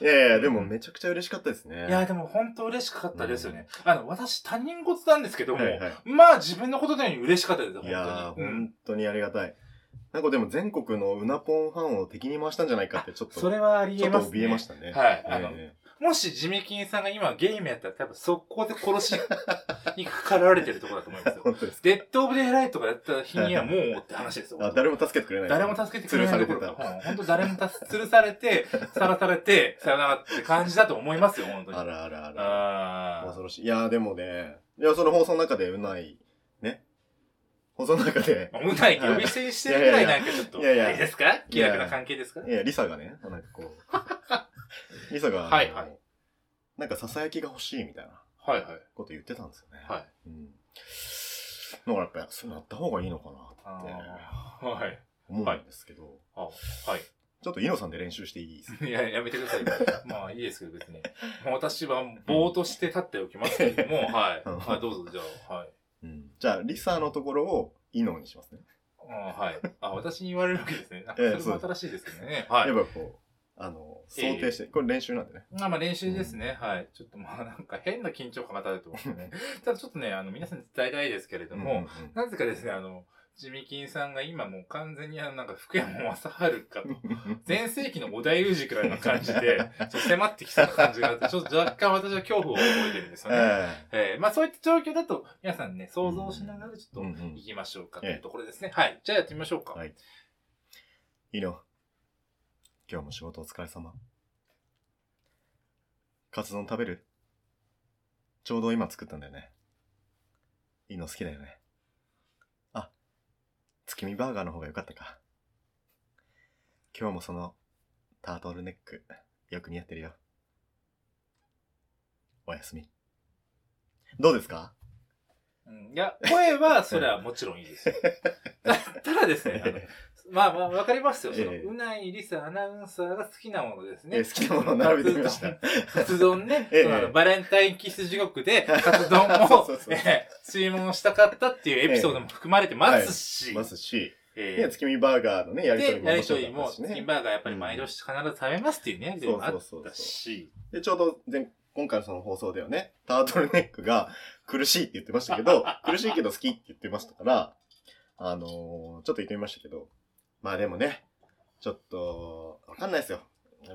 B: いやいや、で
C: う
B: も
C: ん
B: めちゃくちゃ嬉しかったですね。
C: いや、でも本当嬉しかったですよね。あの、私、他人事なんですけども、
B: はいはい
C: まあ自分のことのように嬉しかったです、本
B: いやー、
C: 当に。うん
B: 本当にありがたい。なんかでも全国のうなぽんファンを敵に回したんじゃないかってちょっと、
C: それはあり
B: ちょ
C: え
B: っと
C: ます、ね。
B: 怯えましたね。
C: はい
B: え
C: あの
B: え
C: もし、ジミキンさんが今ゲームやったら、多分速攻で殺しにかかられてるところだと思いますよ。
B: 本当ですか。
C: デッド・オブ・デイ・ライトがやった日にはもうって話ですよ。
B: あ誰も助けてくれない。
C: 誰も助けてくれないところ
B: 吊るさ
C: か。本当誰もた吊るされ
B: *laughs*
C: て、さらされて、さよならって感じだと思いますよ、本当に。
B: あらあらあら。
C: あ
B: 恐ろしい。いやー、でもね、いや、その放送の中でうない、ね。放送の中で、
C: ー。うない呼び捨てにしてるぐらいなんかちょっと、
B: いやいや
C: あれですか気楽な関係ですか
B: いや、リサがね、なんかこ
C: *laughs*
B: う、リサが、あの
C: はいはい
B: なんか囁きが欲しいみたいな
C: はいはい。
B: こと言ってたんですよね。
C: はい。
B: うん。だからやっぱ、そうなった方がいいのかなって
C: はい。
B: 思うんですけど、
C: あはい。
B: ちょっとイノさんで練習していいですか
C: いや、やめてください。まあいいですけど別に。まあ私はぼーっとして立っておきますけども、はい。
B: うん
C: はい、どうぞ、じゃあ、はい。
B: うん。じゃあ、リサのところをイノにしますね。
C: あはい。あ、私に言われるわけですね。なんか
B: ええ
C: それも新しいですけどね。はい
B: や。っぱこう、あの、想定して、これ練習なんでね。
C: まあまあ練習ですね。はい。ちょっとまあなんか変な緊張感が漂ってますね。 *laughs* ただちょっとね、あの皆さんに伝えたいですけれども、
B: んん
C: なぜかですね、あの、ジミキンさんが今もう完全にあのなんか福山雅治
B: *laughs*
C: かと、前世紀の織田裕二くらいの感じで、ちょっと迫ってきた感じがあって、ちょっと若干私は恐怖を覚えてるんですよね。
B: え
C: えーまあそういった状況だと皆さんね、想像しながらち
B: え
C: ょっと
B: ん
C: 行きましょうかと
B: ええ
C: いうところですね。はい。じゃあやってみましょうか。
B: はいいいの。今日も仕事お疲れ様。カツ丼食べるちょうど今作ったんだよね。いいの好きだよね。あ、月見バーガーの方が良かったか。今日もそのタートルネックよく似合ってるよ。おやすみ。どうですか
C: うんいや、声は、それはもちろんいいで
B: *laughs*
C: すよ。たただです *laughs* ね、あのまあまあ、わかりますよ。その、
B: ええ
C: うないりさアナウンサーが好きなものです
B: え
C: ね。
B: え好きなものを並べてみました
C: カツ。カツ丼ね、
B: ええ
C: そのあのバレンタインキス地獄
B: *laughs*
C: で、カツ丼
B: そう
C: を
B: そうそう
C: ええ注文したかったっていうエピソードも含まれてます
B: *laughs*
C: し、
B: ますし、
C: ええ
B: ね、月見バーガーのね、やりとり
C: で、
B: も
C: や
B: 面
C: りと
B: 白か
C: り
B: った
C: も、
B: し
C: チキン
B: ね。
C: バーガーやっぱり毎年必ず食べますっていうね、やりとりもあっ
B: そうそうそう
C: たし、
B: で、ちょうど前、今回のその放送ではね、タートルネックが苦しいって言ってましたけ
C: *laughs*
B: ど、苦しいけど好きって言ってましたから、あのー、ちょっと言ってみましたけど、まあでもね、ちょっと、わかんないですよ。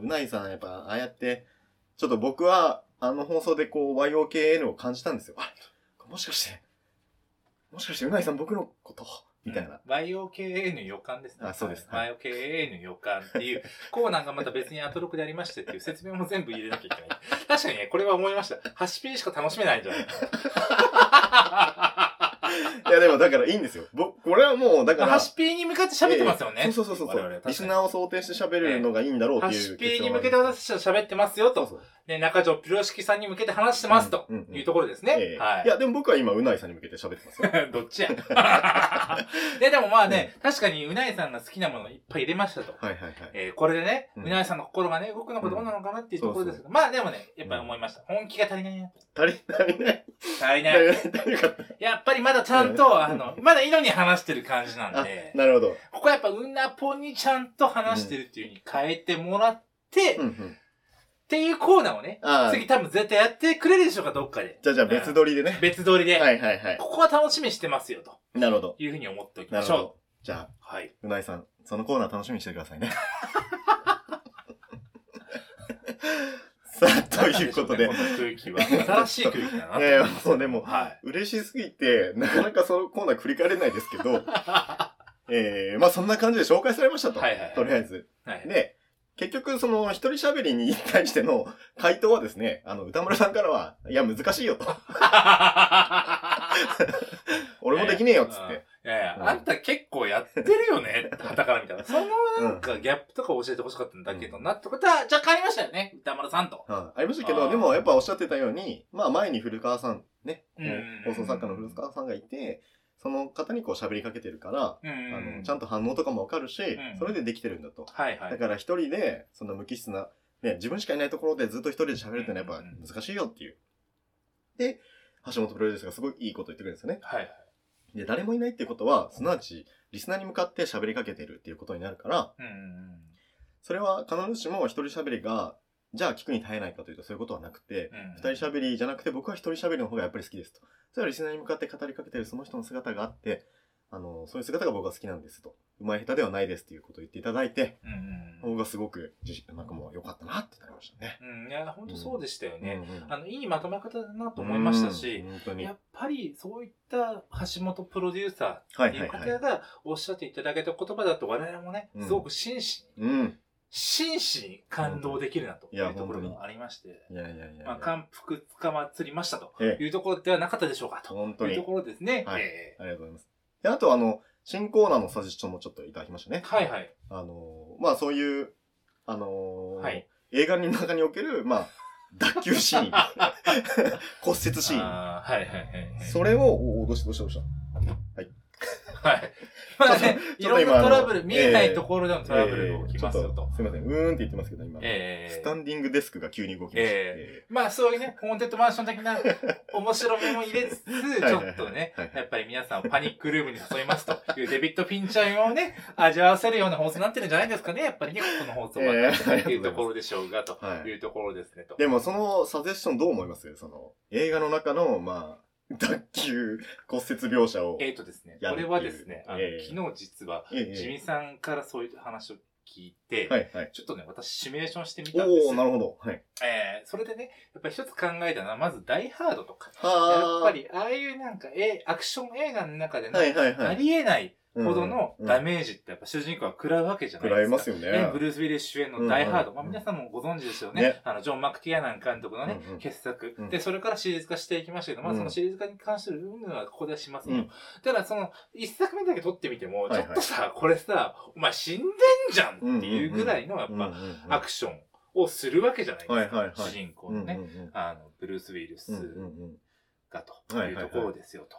B: うないさん、やっぱ、ああやって、ちょっと僕は、あの放送でこう、YOKN を感じたんですよ。あれもしかして、もしかしてうないさん僕のことみたいな。。
C: YOKA の予感ですね。
B: あそうですは
C: YOKA の予感っていう、 *laughs* コーナーがまた別にアトロクでありましてっていう説明も全部入れなきゃいけない。確かにね、これは思いました。ハシピーしか楽しめないんじゃないか
B: いやでもだからいいんですよ。僕、これはもう、だか
C: な。
B: ら。
C: ハシピーに向かって喋ってますよね。
B: ええそうそうそうそ
C: 我々は
B: う。リ
C: 確
B: ス
C: かに
B: ナーを想定して喋るのがいいんだろうって
C: ハ
B: い
C: シ
B: う。
C: ピーに向けて私たちは喋ってますよと。
B: そう
C: ね、中条ピロシキさんに向けて話してますと
B: うんうんうん
C: いうところです
B: そう
C: ね
B: え。え
C: はい
B: い。
C: *laughs*
B: や、でも僕は今、うないさんに向けて喋ってますよ。
C: どっちや。 *laughs* で、でもまあね、確かにうないさんが好きなものいっぱい入れましたと。
B: はいはいはい。
C: えーこれでね、
B: うん
C: うなえさんの心がね、動くのかどうなのかなっていうところですけど、まあでもね、やっぱり思いました。本気が足りないな。
B: 足りないね。足
C: 足りない。
B: りない足りなかった。
C: やっぱりまだちゃん
B: う
C: と、あの、まだ色に話してる感じなんで、
B: なるほど。
C: ここはやっぱうなぽんにちゃんと話してるっていう風に変えてもらって、
B: う
C: っ
B: んうん。
C: ていうコーナーをね、
B: ああ。
C: 次多分絶対やってくれるでしょうか、どっかで。
B: じゃあじゃあ別撮りでね。
C: 別撮りで、
B: はいはいはい。
C: ここは楽しみにしてますよ、と
B: なるほど。
C: いうふうに思っておき
B: な
C: ま
B: る
C: し
B: ほ
C: ょう。
B: ど。じゃあ、
C: はい。
B: うないさん、そのコーナー楽しみにしてくださ
C: *laughs*
B: いね。さあ、 *laughs* ということで
C: なん。なんしょうねこの空気は。新しい空気だなと。
B: いやいやもうでも
C: はい。
B: 嬉しすぎて、なかなかそのコーナー繰り返れないですけ
C: *laughs*
B: ど、えー、まあそんな感じで紹介されましたと。
C: はいはいはい
B: とりあえず。
C: はい。
B: で、結局その一人喋りに対しての *laughs* 回答はですね、あの、歌村さんからは、いや難しいよと。俺もできねえよっつって。
C: いやいや、
B: うん
C: あんた結構やってるよね、はたから見たら。そのなんかギャップとか教えてほしかったんだけどなってことは、若干ありましたよね、歌丸さんと。
B: うんありましたけ
C: あ
B: ど、
C: ー
B: でもやっぱおっしゃってたように、まあ前に古川さん、ね、こ
C: う
B: うん放送作家の古川さんがいて、その方にこう喋りかけてるから、
C: うん
B: あの、ちゃんと反応とかもわかるし、
C: ん
B: それでできてるんだと。
C: はいはい。
B: だから一人で、そんな無機質な、ね、自分しかいないところでずっと一人で喋るってのはやっぱ難しいよっていう。で、橋本プロデュースがすごいいいこと言ってくれるんですよね。
C: はい。
B: で、誰もいないっていうことは、すなわち、リスナーに向かって喋りかけてるっていうことになるから、
C: うんうん
B: それは必ずしも一人喋りが、じゃあ聞くに耐えないかというとそういうことはなくて、
C: うん。
B: 二人喋りじゃなくて僕は一人喋りの方がやっぱり好きですと。それはリスナーに向かって語りかけてるその人の姿があって、あの、そういう姿が僕は好きなんですと。上手い下手ではないですっていうことを言っていただいて、
C: うんうん
B: 僕はすごく自信、なんかもう良かったなってなりましたね。
C: うん。うん、いや、ほんとそうでしたよね。
B: うんうん
C: あの、いいまとめ方だなと思いましたし
B: う、ん本当に。
C: や
B: はい
C: っぱりそういった橋本プロデューサーって
B: はいいうはい。
C: 方がおっしゃっていただけた言葉だと我々もね、
B: うん
C: すごく真摯
B: う
C: に
B: ん。
C: 真摯に感動できるなと
B: い
C: い
B: や
C: うところ
B: 本当
C: がありまして、
B: いやいやいやいや。
C: まあ、感服つかまつりましたと
B: ええ、
C: いうところではなかったでしょうかと
B: 本当
C: いう
B: に。
C: ところですね。
B: はい
C: え
B: ありがとうございます。で、あとあの、新コーナーのサジェスチョンもちょっといただきましたね
C: え。はいはい。
B: あのー、まあそういう、あのー
C: はい
B: 映画の中における、まあ、脱臼シ
C: *laughs*
B: ーン、骨折シーン。
C: あーはいはいはいはい。
B: それを、おおどうしたどうしたどうし
C: はい。まあね、い
B: ちょっと
C: ろん
B: 今
C: な
B: あの
C: トラブル、見えないところでの
B: た
C: トラブルが起きます
B: え
C: よ
B: ーちょっ
C: と。
B: すいません、うーんって言ってますけど、今。
C: ええ
B: スタンディングデスクが急に動きました。
C: えまあそういうね、ホーンテッドマンション的な面白みも入れつつ、
B: *laughs* はい
C: ち
B: は
C: ょ
B: いはい
C: っとね
B: はいはい、
C: やっぱり皆さんをパニックルームに誘いますというデビッド・フィンチャーをね、味わわせるような放送になってるんじゃないですかね、やっぱりね、この放送は。
B: えー
C: *laughs*
B: ありがとうございます
C: というところでしょうが、と
B: はい
C: いうところですね、と。
B: でも、そのサジェスションどう思いますその、映画の中の、まあ、脱臼骨折描写を。
C: えーとですね、
B: やる
C: こ
B: っていう
C: れはですね、あの
B: ええ
C: 昨日実は、
B: ええええ
C: ジミさんからそういう話を聞いて、
B: はい、はい。
C: ちょっとね、私シミュレーションしてみたんです
B: おお
C: よ
B: なるほど。はい。
C: えーそれでね、やっぱり一つ考えたのは、まず、ダイハードとか。や
B: は
C: っぱり、ああいうなんか、えーアクション映画の中での
B: はいはいは
C: あ
B: い。
C: りえないほどのダ
B: メ
C: メージってやっぱ主人公は食らうわけじゃない
B: 食ら
C: で
B: い
C: すか。
B: ますよね。
C: ね、ブルース・ウィリス主演のダイ・ハード。
B: うん
C: まあ、皆さんもご存知ですよね。
B: ね
C: あの、ジョン・マクティアナン監督のね、
B: うんうん
C: 傑作
B: うん。
C: で、それからシリーズ化していきましたけど、ま
B: う
C: あ、
B: ん
C: そのシリーズ化に関する部分はここではしませんよ。
B: うん
C: ただ、その、一作目だけ撮ってみても、
B: はい
C: ち
B: は
C: ょ
B: い
C: っとさ、これさ、お前死んでんじゃんっていうぐらいの、やっ
B: うんうん
C: ぱ、
B: うん
C: アクションをするわけじゃないですか。
B: はいはいはい
C: 主人公のね。
B: うんうんうん
C: あの、ブルース・ウィルス
B: うんうんうん
C: がと
B: はい
C: い
B: はいうはい
C: ところですよと。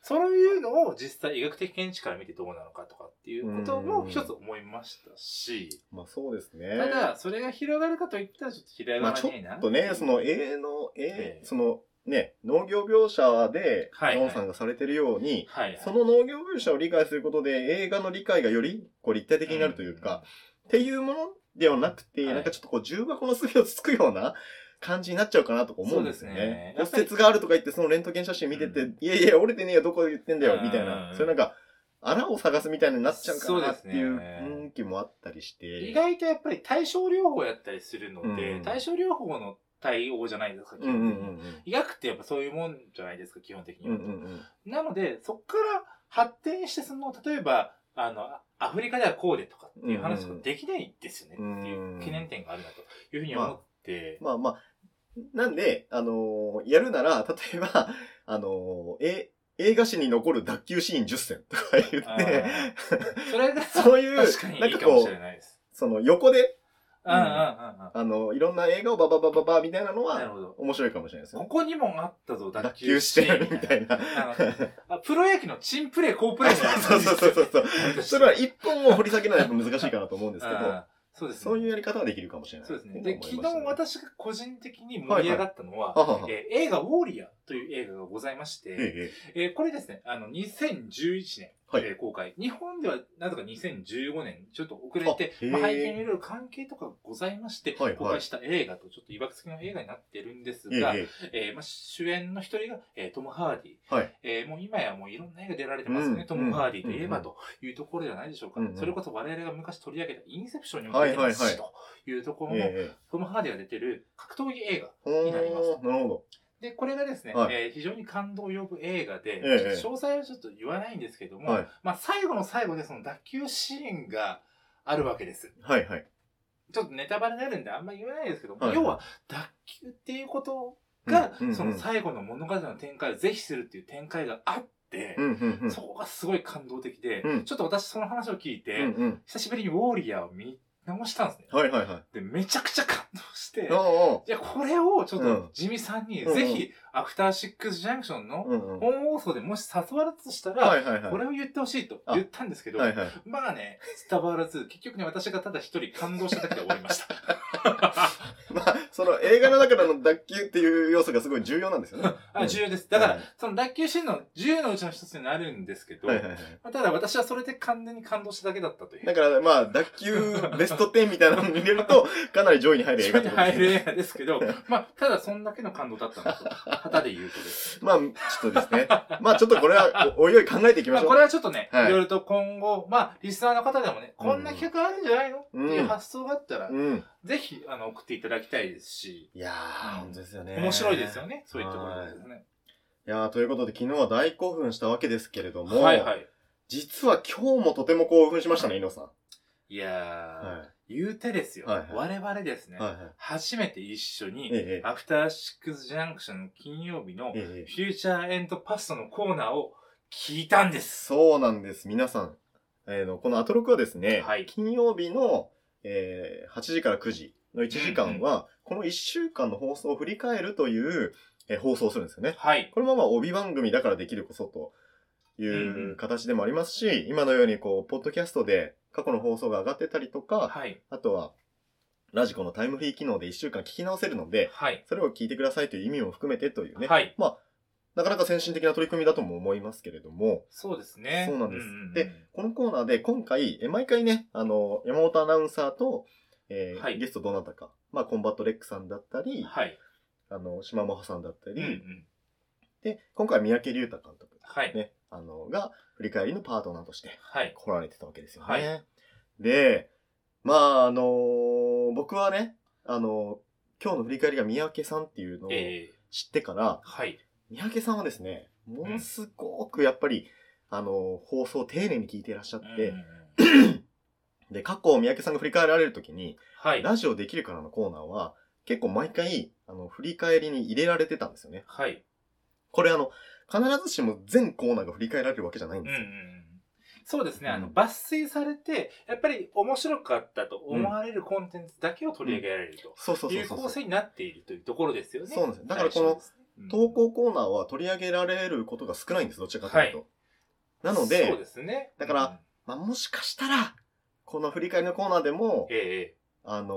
C: そういうのを実際医学的見地から見てどうなのかとかっていうことも一つ思いましたし、
B: まあそうですね。
C: ただ、それが広がるかといったらちょっと広
B: まあ
C: がら
B: ちょ
C: ないな。
B: っとね、そ、の絵の、
C: え
B: 絵、
C: え
B: そのね、農業描写で、
C: はい
B: ジョンさんがされてるように、
C: はい、はい。
B: その農業描写を理解することで映画の理解がよりこう立体的になるというか、っていうものではなくて、
C: はい
B: なんかちょっとこう重箱の隅をつつくような感じになっちゃうかなとか思うんですよ
C: そうです
B: ね
C: ね。
B: 骨折があるとか言ってそのレントゲン写真見てて、
C: うん
B: いやいや折れてねえよどこ言ってんだよ
C: うん
B: みたいな、そういうなんか穴を探すみたいになっちゃうかなってい
C: そううですね
B: 雰囲気もあったりして。
C: 意外とやっぱり対症療法やったりするので、
B: うん
C: 対症療法の対応じゃないですか、基
B: うんう
C: 本
B: ん
C: 的
B: う
C: に。
B: ん
C: 医学ってやっぱそういうもんじゃないですか、基本的に
B: うん。う
C: は。
B: んうんうん。
C: なので、そこから発展して、その、例えば、あの、アフリカではこうでとかっていう話とかできないですよね、
B: うん
C: っていう懸念点があるなというふうに思って、
B: まあまあ、なんで、あのーやるなら、例えば、 *laughs* あのーえ、映画史に残る脱臼シーン10選とか言
C: あ
B: って、
C: ーそれ
B: *laughs*
C: が
B: そういう、
C: 確かに
B: なん
C: いい
B: か
C: かも
B: こ
C: し
B: う
C: れ、ないです。
B: その横で、
C: うんうんうんうん。
B: あの、いろんな映画をバババババみたいなの
C: なる
B: は、
C: ほど。
B: 面白いかもしれないですよ
C: こ
B: ね。
C: こにもあったぞ、脱
B: 脱
C: 臼
B: 臼
C: シ
B: して
C: ー
B: る
C: ン
B: み
C: みた
B: た
C: い
B: いな。
C: な。あのあプロ野球のチンプレー、コープレーみたい
B: *laughs*
C: な
B: そうそうそうそう。
C: う
B: それは一本を掘り下げないと難しいかなと思うんですけど、
C: そうですね。
B: そういうやり方はできるかもしれない。
C: そうですね。で、
B: 思い
C: 昨
B: ました
C: 日
B: ね
C: 私が個人的に盛り上がったのは、
B: はいはいはい
C: えー映画ウォーリアーという映画がございまして、
B: えええ
C: えーこれですね、あの、2011年、
B: はい
C: えー公開。日本ではなぜか2015年、ちょっと遅れて
B: あ、へー
C: まあ、背景にいろいろ関係とかございまして、
B: はいはい
C: 公開した映画とちょっといわくつきの映画になってるんです
B: え
C: が、
B: ええ
C: えーまあ、主演の一人が、えートム・ハーディ。
B: はい
C: えーもう今やもういろんな映画出られてますね。
B: うん
C: トム・ハーディといえ
B: う
C: ば
B: ん
C: というところではないでしょうか。
B: うんうん
C: それこそ我々が昔取り上げたインセプションにも出てますし、
B: はいはい
C: というところ
B: え
C: の、
B: ええ
C: トム・ハーディが出てる格闘技映画。
B: ほー
C: になります
B: なるほど。
C: で、これがですね、
B: はい
C: えー非常に感動を呼ぶ映画で、
B: ええ
C: 詳細はちょっと言わないんですけども、
B: はい
C: まあ最後の最後でその脱臼シーンがあるわけです。
B: はいはい。
C: ちょっとネタバレになるんであんまり言わないですけども、
B: はい
C: 要は脱臼っていうことが、
B: うんうんうん
C: その最後の物語の展開を是非するっていう展開があって、
B: うんうんうん。
C: そこがすごい感動的で、
B: うん
C: ちょっと私その話を聞いて、
B: うんうん。
C: 久しぶりにウォーリアーを見直したんですね。
B: はいはいは
C: で、めちゃくちゃ感動して
B: い。、お
C: いや、これをちょっ
B: う
C: と
B: ん
C: 地味さんに、
B: うんうん
C: ぜひ、アフターシックスジャンクション
B: ー
C: の
B: おー。うんうん。
C: 本放送でもし誘われたとしたら、
B: はいはいはい。
C: これを言ってほしいと
B: あ
C: 言ったんですけど、
B: はいはい。
C: まあね、伝わらず、結局ね、私がただ一人感動しただけで終わりました。
B: まあ、その映画の中の脱臼っていう要素がすごい重要なんですよね。 *laughs* う
C: あ
B: ん
C: 重要です。だから、
B: はい
C: その脱臼シーンの10のうちの一つになるんですけど、
B: はいはいはい。
C: まあただ私はそれで完全に感動しただけだったという。
B: だから、まあ、脱臼
C: *laughs*
B: ベスト10みたいなのに入れると、かなり上位に入る映
C: 一
B: 画
C: 緒
B: って
C: に
B: ことで
C: 入
B: す
C: る
B: ね。
C: *laughs* 映画ですけど、まあ、ただそんだけの感動だったなと。旗で言うとです。
B: まあ、ちょっとですね。まあ、ちょっとこれはお、おいおい考えていき
C: *laughs* ま
B: ま
C: あ、
B: しょう。
C: これはちょっとね、
B: はい
C: い、ろいろと今後、まあ、リスナーの方でもね、こんな企画あるんじゃないの、
B: うん
C: っていう発想があったら、
B: うん。
C: ぜひ、あの、送っていただきたいですし、
B: いやー、本当ですよね。
C: 面白いですよ。ね、そういったところですね。
B: いやー、ということで、昨日は大興奮したわけですけれども、
C: はいはい。
B: 実は今日もとても興奮しましたね、イノさん。
C: いやー、
B: は
C: 言うてですよ、
B: はいはい
C: 我々です
B: い。
C: ね、
B: はいはい。
C: 初めて一緒に、
B: ええ
C: アフターシックスジャンクションの金曜日の、
B: ええ
C: フ
B: ええ
C: ューチャーエンドパストのコーナーを聞いたんです。
B: そうなんです、皆さん。えーのこのアトロクはですね、
C: はい
B: 金曜日の、えー8時から9時の1時間は、この1週間の放送を振り返るという、えー放送をするんですよね。
C: はい。
B: これもまあ帯番組だからできることと
C: ん
B: いううん形でもありますし、今のようにこう、ポッドキャストで過去の放送が上がってたりとか、
C: はい。
B: あとは、ラジコのタイムフリー機能で1週間聞き直せるので、
C: はい。
B: それを聞いてくださいという意味も含めてというね、
C: はい。
B: なかなか先進的な取り組みだとも思いますけれども、
C: そうですね。
B: そうなんです
C: う
B: でこのコーナーで今回、え毎回ね、あの、山本アナウンサーと、えー
C: はい
B: ゲストどなたか、まあ、コンバットレックさんだったり、
C: はい。
B: あの、島真帆さんだった
C: うん
B: り、
C: うん。
B: で、今回は三宅龍太監督、
C: はい。
B: ね、あの、が、振り返りのパートナーとして
C: はい。
B: 来られてたわけですよね。
C: は
B: で、まあ、あのー僕はね、あの今日の振り返りが三宅さんっていうのを知
C: え
B: ってから
C: ー、、はい。
B: 三宅さんはですね、ものすごくやっぱり、あの放送を丁寧に聞いていらっしゃって、
C: うん、
B: で、過去を三宅さんが振り返られるときに、
C: はい。
B: ラジオできるからのコーナーは、結構毎回、あの、振り返りに入れられてたんですよね。
C: はい。
B: これあの、必ずしも全コーナーが振り返られるわけじゃないん
C: うん
B: で
C: うん
B: すよ。
C: うん。そうですね、あの、
B: うん
C: 抜粋されて、やっぱり面白かったと思われるコンテンツだけを取り上げられると。
B: そうそうそ
C: いうう
B: そう
C: 構成になっているというところですよね。
B: そうなんですよだからこの
C: の
B: 投稿コーナーは取り上げられることが少ないんです、どちらかというと。なので
C: そうですね。
B: だから、まあ、もしかしたら、この振り返りのコーナーでも
C: うん、え
B: あの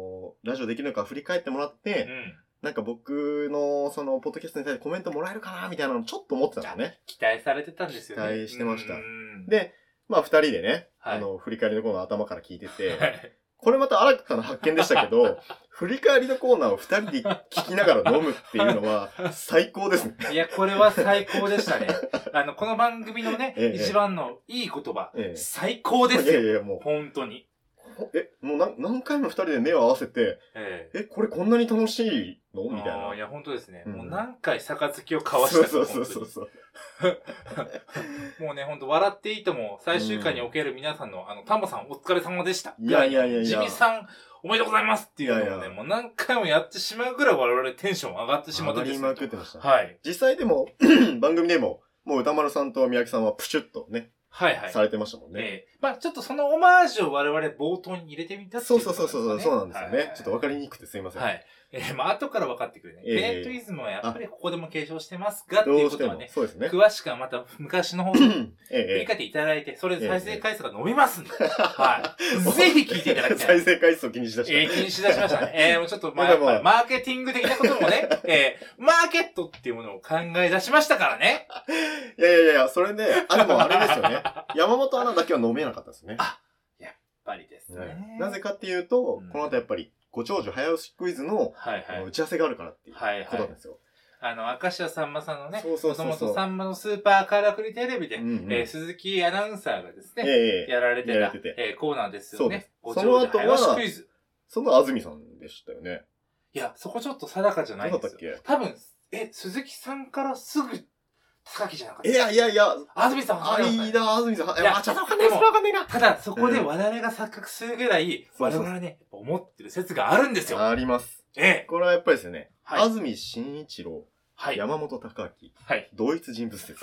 B: ーラジオできるのか振り返ってもらって、
C: えうん。
B: なんか僕の、その、ポッドキャストに対してコメントもらえるかな、みたいなのちょっと思ってたんですね。
C: 期待されてたんですよね。
B: 期待してました
C: うん
B: で、まあ二人でね、
C: はい
B: あの、振り返りのコーナー頭から聞いて
C: は
B: て、
C: い
B: これまた新たな発見でしたけ
C: *laughs*
B: ど、振り返りのコーナーを二人で聞きながら飲むっていうのは最高ですね。
C: *laughs* いや、これは最高で
B: *laughs*
C: したね。あの、この番組のね
B: え、え
C: 一番のいい言葉
B: え、え
C: 最高です
B: いや
C: よ。
B: いやもう、
C: 本当に。
B: こほえ、もう何何回も二人で目を合わせて、
C: ええ
B: え、これこんなに楽しいのみたい
C: あ
B: な
C: ーい。や、本当ですね。
B: うん
C: もう何回杯を交わしたか
B: そうそうそう
C: 本
B: そう。
C: 当にもうね、本当笑っていいとも、最終回における皆さんの、あの、タモさんお疲れ様でした。
B: いやいやいやいや
C: ジミさんおめでとうございますっていうのをね、
B: いやいや
C: もう何回もやってしまうぐらい我々テンション上がってしまっ
B: 上
C: て
B: が
C: で
B: り
C: す
B: ま
C: ね。
B: くってました。
C: はい。
B: 実際でも、 *clears throat* 番組でも、もう歌丸さんと三宅さんはプシュッとね、
C: はいはい。
B: されてましたもんね。
C: ええまあちょっとそのオマージュを我々冒頭に入れてみたってい
B: そううそうそうそう、そうなんですよね。ちょっとわか
C: り
B: りにくくてすいません。
C: はい。ええまあ後から分かってくるね。
B: ええ
C: ベートイズムはやっぱりここでも継承してますがってい
B: ど
C: う
B: う
C: こ
B: し
C: と
B: て
C: は
B: も
C: ね、。
B: そうですね。
C: 詳しくはまた昔の方
B: う
C: に
B: ん
C: 振り
B: えええ
C: 返っていただいて、それで再生回数が伸びますんで。
B: え。
C: は
B: *laughs*
C: い。
B: もう
C: ぜひ聞いていただきた
B: 再。
C: い
B: 生回数を気にしだし
C: えー、
B: た。
C: 気にしだしましたね。えー、もうちょっと、まあ、
B: な
C: や
B: ん
C: っ
B: かもう
C: ぱりマーケティング的なこともね、 *laughs* えー、マーケットっていうものを考え出しましたからね。
B: いやいやいやいや、それで、あ、でもあれです
C: *laughs*
B: よね。山本アナだけは飲めなかったですね。
C: やっぱりですね。
B: なぜかっていうと
C: うん、
B: この後やっぱり、ご長寿早押しクイズの
C: はい
B: あ
C: は
B: の
C: い
B: 打。ち合わせがあるからっていうこ
C: はい
B: と
C: は
B: なん
C: い
B: で。すよ。
C: あの、明石家さんまさんのね、
B: そうそうそうそう
C: もともとさんまのスーパーカラクリテレビで、
B: うんうん
C: えー鈴木アナウンサーがです
B: え
C: ね、
B: えええ。
C: やられて
B: やら
C: た
B: れてて
C: えーコーナーです
B: そ
C: よ
B: うで
C: ね
B: す。
C: ご長
B: その
C: 寿
B: 後は
C: 早押しクイズ。
B: その安住さんでしたよね。
C: いや、そこちょっと定かじゃないんですよ。
B: そうだっ
C: 多分、え、鈴木さんからすぐ、高木じゃなかった。
B: いやいやいや、
C: 安住さんは
B: 間、安住さん、
C: いや
B: あ、ちょっとわかんないです、
C: でも
B: わかんないな。
C: ただ、そこで我々が錯覚するぐらい、
B: そう
C: 我
B: そう
C: 々はね、やっぱ思ってる説があるんですよ。
B: あります。
C: ええ。
B: これはやっぱりですよね。
C: はい。
B: 安住紳一郎、
C: はい。
B: 山本隆明、
C: はい。
B: 同一人物
C: *laughs*
B: です。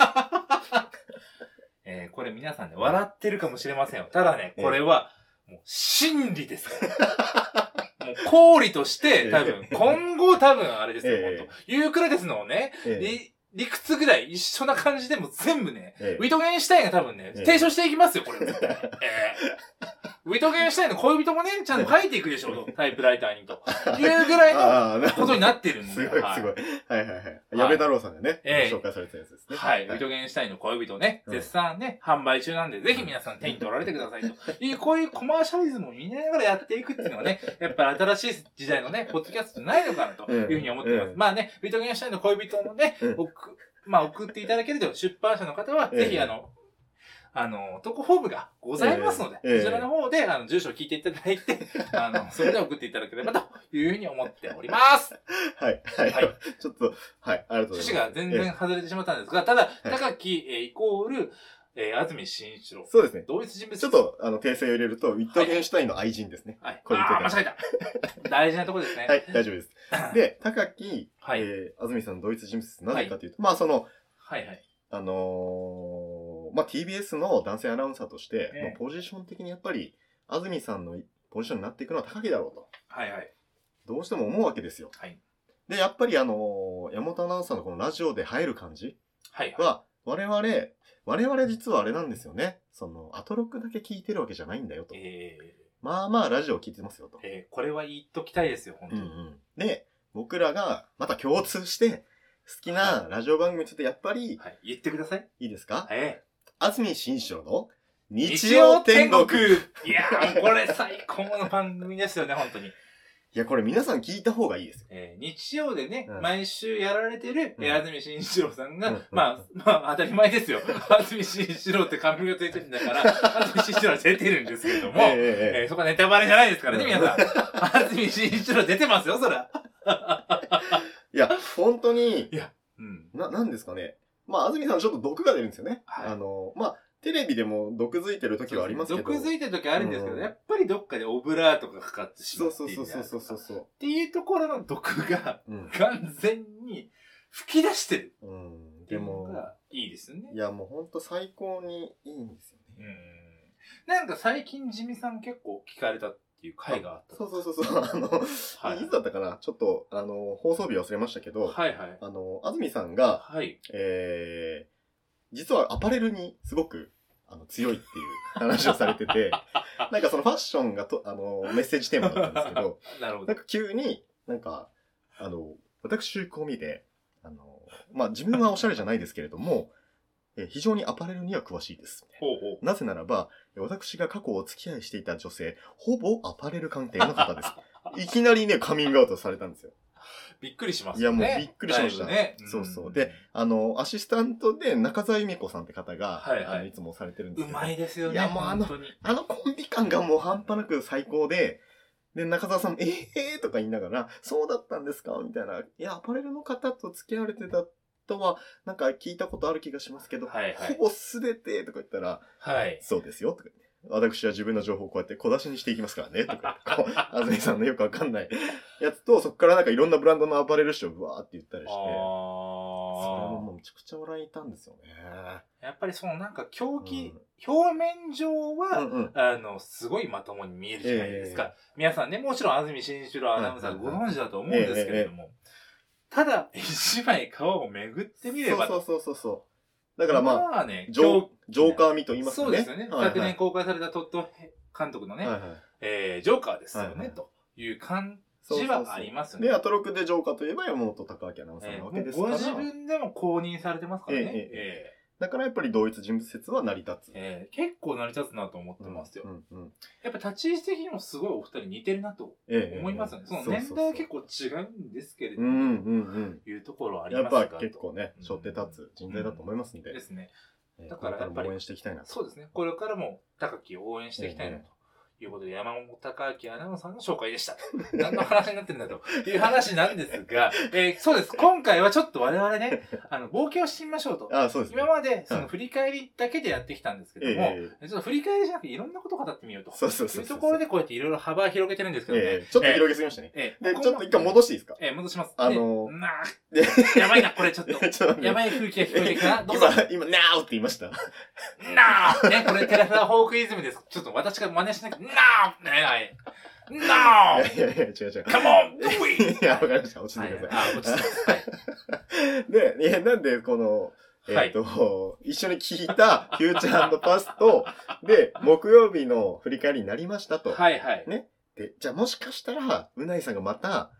C: えー、これ皆さんね、笑ってるかもしれませんよ。ただね、
B: ええ
C: これは、もう、真
B: *laughs*
C: 理ですから。もう、公理として、多分、今後多分あれですよ、
B: ええ
C: ほんと。ユークラテスのね、
B: え
C: り理屈ぐらい一緒な感じでも全部ね、
B: ええ
C: ウィトゲンシュタインが多分ね、
B: ええ
C: 提唱していきますよ、これ絶対。ええウィトゲンシュタインの恋人もね、ちゃんと書いていくでしょ
B: *laughs*
C: う、タイプライターにと。いうぐら
B: え
C: いの
B: ああ、なるほ
C: こと
B: ど。
C: になってるんで。
B: *laughs* すごい、すごい。
C: は
B: はいはいはい。矢部太郎さんがね、
C: ええ
B: 紹介されたやつですね。
C: はい。ウィトゲンシュタインの恋人ね、
B: うん
C: 絶賛ね、販売中なんで、ぜひ皆さん手に取られてくださいと。 *laughs* いう、こういうコマーシャリズムを見ながらやっていくっていうのはね、やっぱり新しい時代のね、ポッドキャストじゃないのかなと
B: うん
C: いうふうに思っています。
B: うん
C: まあね、ウィトゲンシュタインの恋人もね
B: うん、
C: 送、まあ送っていただけると、出版社の方は、
B: ええ
C: ぜひあの、あの、投稿フォームがございますので、
B: ええ
C: そちらの方で、あの、住所を聞いていただいて、あの、それで送っていただければというふうに思っております。
B: はい。はい。
C: はい
B: ちょっと、はい。ありがとうございます。
C: 趣旨が全然外れてしまったんですが、ただ、
B: い
C: 高木、えーイコール、えー、安住紳一郎。
B: そうですね。
C: 同一人物。
B: ちょっ、と、あの、訂正を入れると、ウィットゲンシュタインの愛人ですね。
C: はい。
B: これ言っとい
C: あ
B: て
C: ー間違
B: *laughs*
C: えた。大事なとこですね。
B: はい、大
C: *laughs*
B: 丈夫です。で、高木、
C: はい。
B: えー安住さんの同一人物ですなぜかというと、まあ、その、
C: はいはい。
B: あのーまあ、TBS の男性アナウンサーとして、
C: ええ
B: まあポジション的にやっぱり、安住さんのポジションになっていくのは高木だろうと、
C: はいはい。
B: どうしても思うわけですよ。
C: はい。
B: で、やっぱりあのー山本アナウンサーのこのラジオで入る感じ
C: はいはい。
B: は、我々、我々実はあれなんですよね。その、アトロックだけ聞いてるわけじゃないんだよと。
C: え
B: まあまあラジオ聞いてますよと
C: ー、。えー、これは言っときたいですよ、本
B: う
C: 当
B: んう
C: に。
B: ん。で、僕らがまた共通して、好きなラジオ番組についてやっぱり、
C: はい。言ってください。
B: いいですか
C: え
B: 安住紳一郎の
C: ー、
B: 日曜天国
C: 日曜天国いやー、これ最高の番組ですよね、本当に。
B: いや、これ皆さん聞いた方がいいですよ。
C: えー日曜でね、
B: うん
C: 毎週やられてる、えー
B: うん
C: 安住紳一郎さんが、
B: うん
C: まあ、まあ、当たり前ですよ。安住紳一郎って髪がついてるん
B: *laughs*
C: だから、安住紳一郎は出てるんですけれども、
B: ええ
C: えーそこはネタバレじゃないですからね、
B: うん
C: 皆さん。安住紳一郎出てますよ、そら。
B: いや、本当に、
C: うん。
B: な、なんですかね。まあ、安住さんちょっと毒が出るんですよね。
C: はい
B: あの、まあ、テレビでも毒づいてる時はありますけど。
C: 毒づいてる時あるんですけど、
B: うん
C: やっぱりどっかでオブラートがかかってしま
B: そうう
C: って
B: そ
C: いうね。
B: そうそうそうそうそう。
C: っていうところの毒が、
B: うん。
C: 完全に吹き出してる
B: うん。
C: って
B: で
C: いうの
B: も、
C: が、いいですよね。
B: いや、もうほんと最高にいいんですよね。
C: うんなんか最近、地味さん結構聞かれたっていう回があった。
B: そうそうそうそう。あの、
C: はい
B: い、つだったかなちょっと、あの、放送日忘れましたけど、
C: はいはい。
B: あの、安住さんが、
C: はい。
B: えー、実はアパレルにすごく、あの、強いっていう話をされて
C: *laughs*
B: て、なんかそのファッションがと、あの、メッセージテーマだったんですけど、
C: なるほ
B: な
C: ど
B: ん。か急に、なんか、あの、私込みで、あの、まあ、自分はおしゃれじゃないですけれども、 *laughs* えー非常にアパレルには詳しいです。
C: ほうほ
B: なぜならば、私が過去お付き合
C: *laughs*
B: いしていた女性、ほぼアパレル関係の方です。いきなりね、カミングアウトされたんですよ。
C: う。びっくりします
B: いやもうびっくりしました
C: だいぶね、
B: そうそうで、あの、アシスタントで中澤由美子さんって方が、
C: はいはい
B: あのいつもされてるんで
C: う
B: すけど、
C: まいですよね。
B: いやもうあの
C: 本当に。
B: あのコンビ感がもう半端なく最高で、で、中澤さんも、ええー、とか言いながら、そうだったんですかみたいな。いや、アパレルの方と付き合われてたとは、なんか聞いたことある気がしますけど、
C: はいはい
B: ほぼ全てとか言ったら、
C: はい。
B: そうですよ、とか言って。私は自分の情報をこうやって小出しにしていきますからね、とか言ってこう。あずみさんのよくわかんないやつと、そこからなんかいろんなブランドのアパレル誌をぶわーって言ったりして、それも
C: あ
B: もうめちゃくちゃ笑いたんですよね。
C: あ。やっぱりそのなんか狂気、
B: うん
C: 表面上は、
B: うんうん。
C: あの、すごいまともに見えるじゃないですか。
B: え
C: 皆さんね、もちろん安住紳一郎アナウンサーご存知だと思うんですけれども、ただ、一枚皮をめぐってみれば、
B: そうそうそうそうそう。だからまあ、
C: まあね、
B: ジョージョーカー味と言いますかね。
C: そうですよね。
B: はいはい
C: 昨年公開されたトッド監督のね、
B: はいはい
C: えージョーカーですよね、
B: はいはい
C: という感
B: そうそう
C: じ
B: そう
C: はありますよね。
B: で、アトロクでジョーカーといえば山本隆明アナウンサー
C: えー
B: な
C: も
B: わけで
C: う
B: すか
C: ご
B: ら、
C: 自分でも公認されてますからね。
B: えええ
C: え
B: だからやっぱり同一人物説は成り立つ。
C: ーえー結構成り立つなと思ってますよ。
B: うんうんうん
C: やっぱ立ち位置的にもすごいお二人似てるなと
B: ええええ
C: 思いますよね。その
B: ううう
C: 年代は結構違うんですけれど
B: う
C: も、
B: んうん
C: いうところは
B: う
C: あ
B: ん。
C: り
B: や
C: ま
B: っ
C: すが
B: ぱ結構ね、
C: うん
B: 背負って立つ人材だと思いますんで、
C: ですね。
B: ええ
C: だから
B: これ
C: やっぱり
B: 応援していきたいなと。
C: そうですね。これからも高木を応援していきたいな
B: え
C: と。いうことで、山本高明アナウンサーの紹介でした。 *laughs* 何の話になってんだという話なんです
B: *laughs*
C: が、えーそうです。今回はちょっと我々ね、あの、冒険をしてみましょうと。
B: ああ、そうですね
C: 今。まで、その振り返りだけでやってきたんですけ
B: ええ
C: ども、
B: ええ
C: ちょっと振り返りじゃなくていろんなことを語ってみようと。
B: そうそう
C: そ
B: そうう
C: いう
B: そう。
C: ところでこうやっていろいろ幅広げてるんですけどね。
B: ええちょっと広げすぎましたね。
C: ええ
B: で、
C: こ
B: ちょ
C: こ
B: っ
C: も
B: と一回戻していいですか
C: ええ戻します。
B: あの
C: でなあ
B: で
C: やばいな、これちょっと。
B: *laughs* ちょっと待って
C: やばい空気が聞こえてきたな。どうぞ。
B: 今、 *laughs* 今、なーって言いました。
C: なあね、これテラフラホークイズムです。ちょっと私が真似しなきゃ。なあねはい。なあ
B: いやいやいや、違う違う。
C: !Come on! Do
B: *laughs* い
C: it!
B: や、わかりました。落ち着
C: はい
B: て
C: い
B: ください。
C: あ、落ち着いてます。はい
B: で、いや、なんで、この、えっ、
C: はい
B: と、一緒に聞いた、フューチャーパスと、で、木曜日の振り返りになりましたと。
C: はいはい。
B: で、じゃあもしかしたら、うないさんがまた、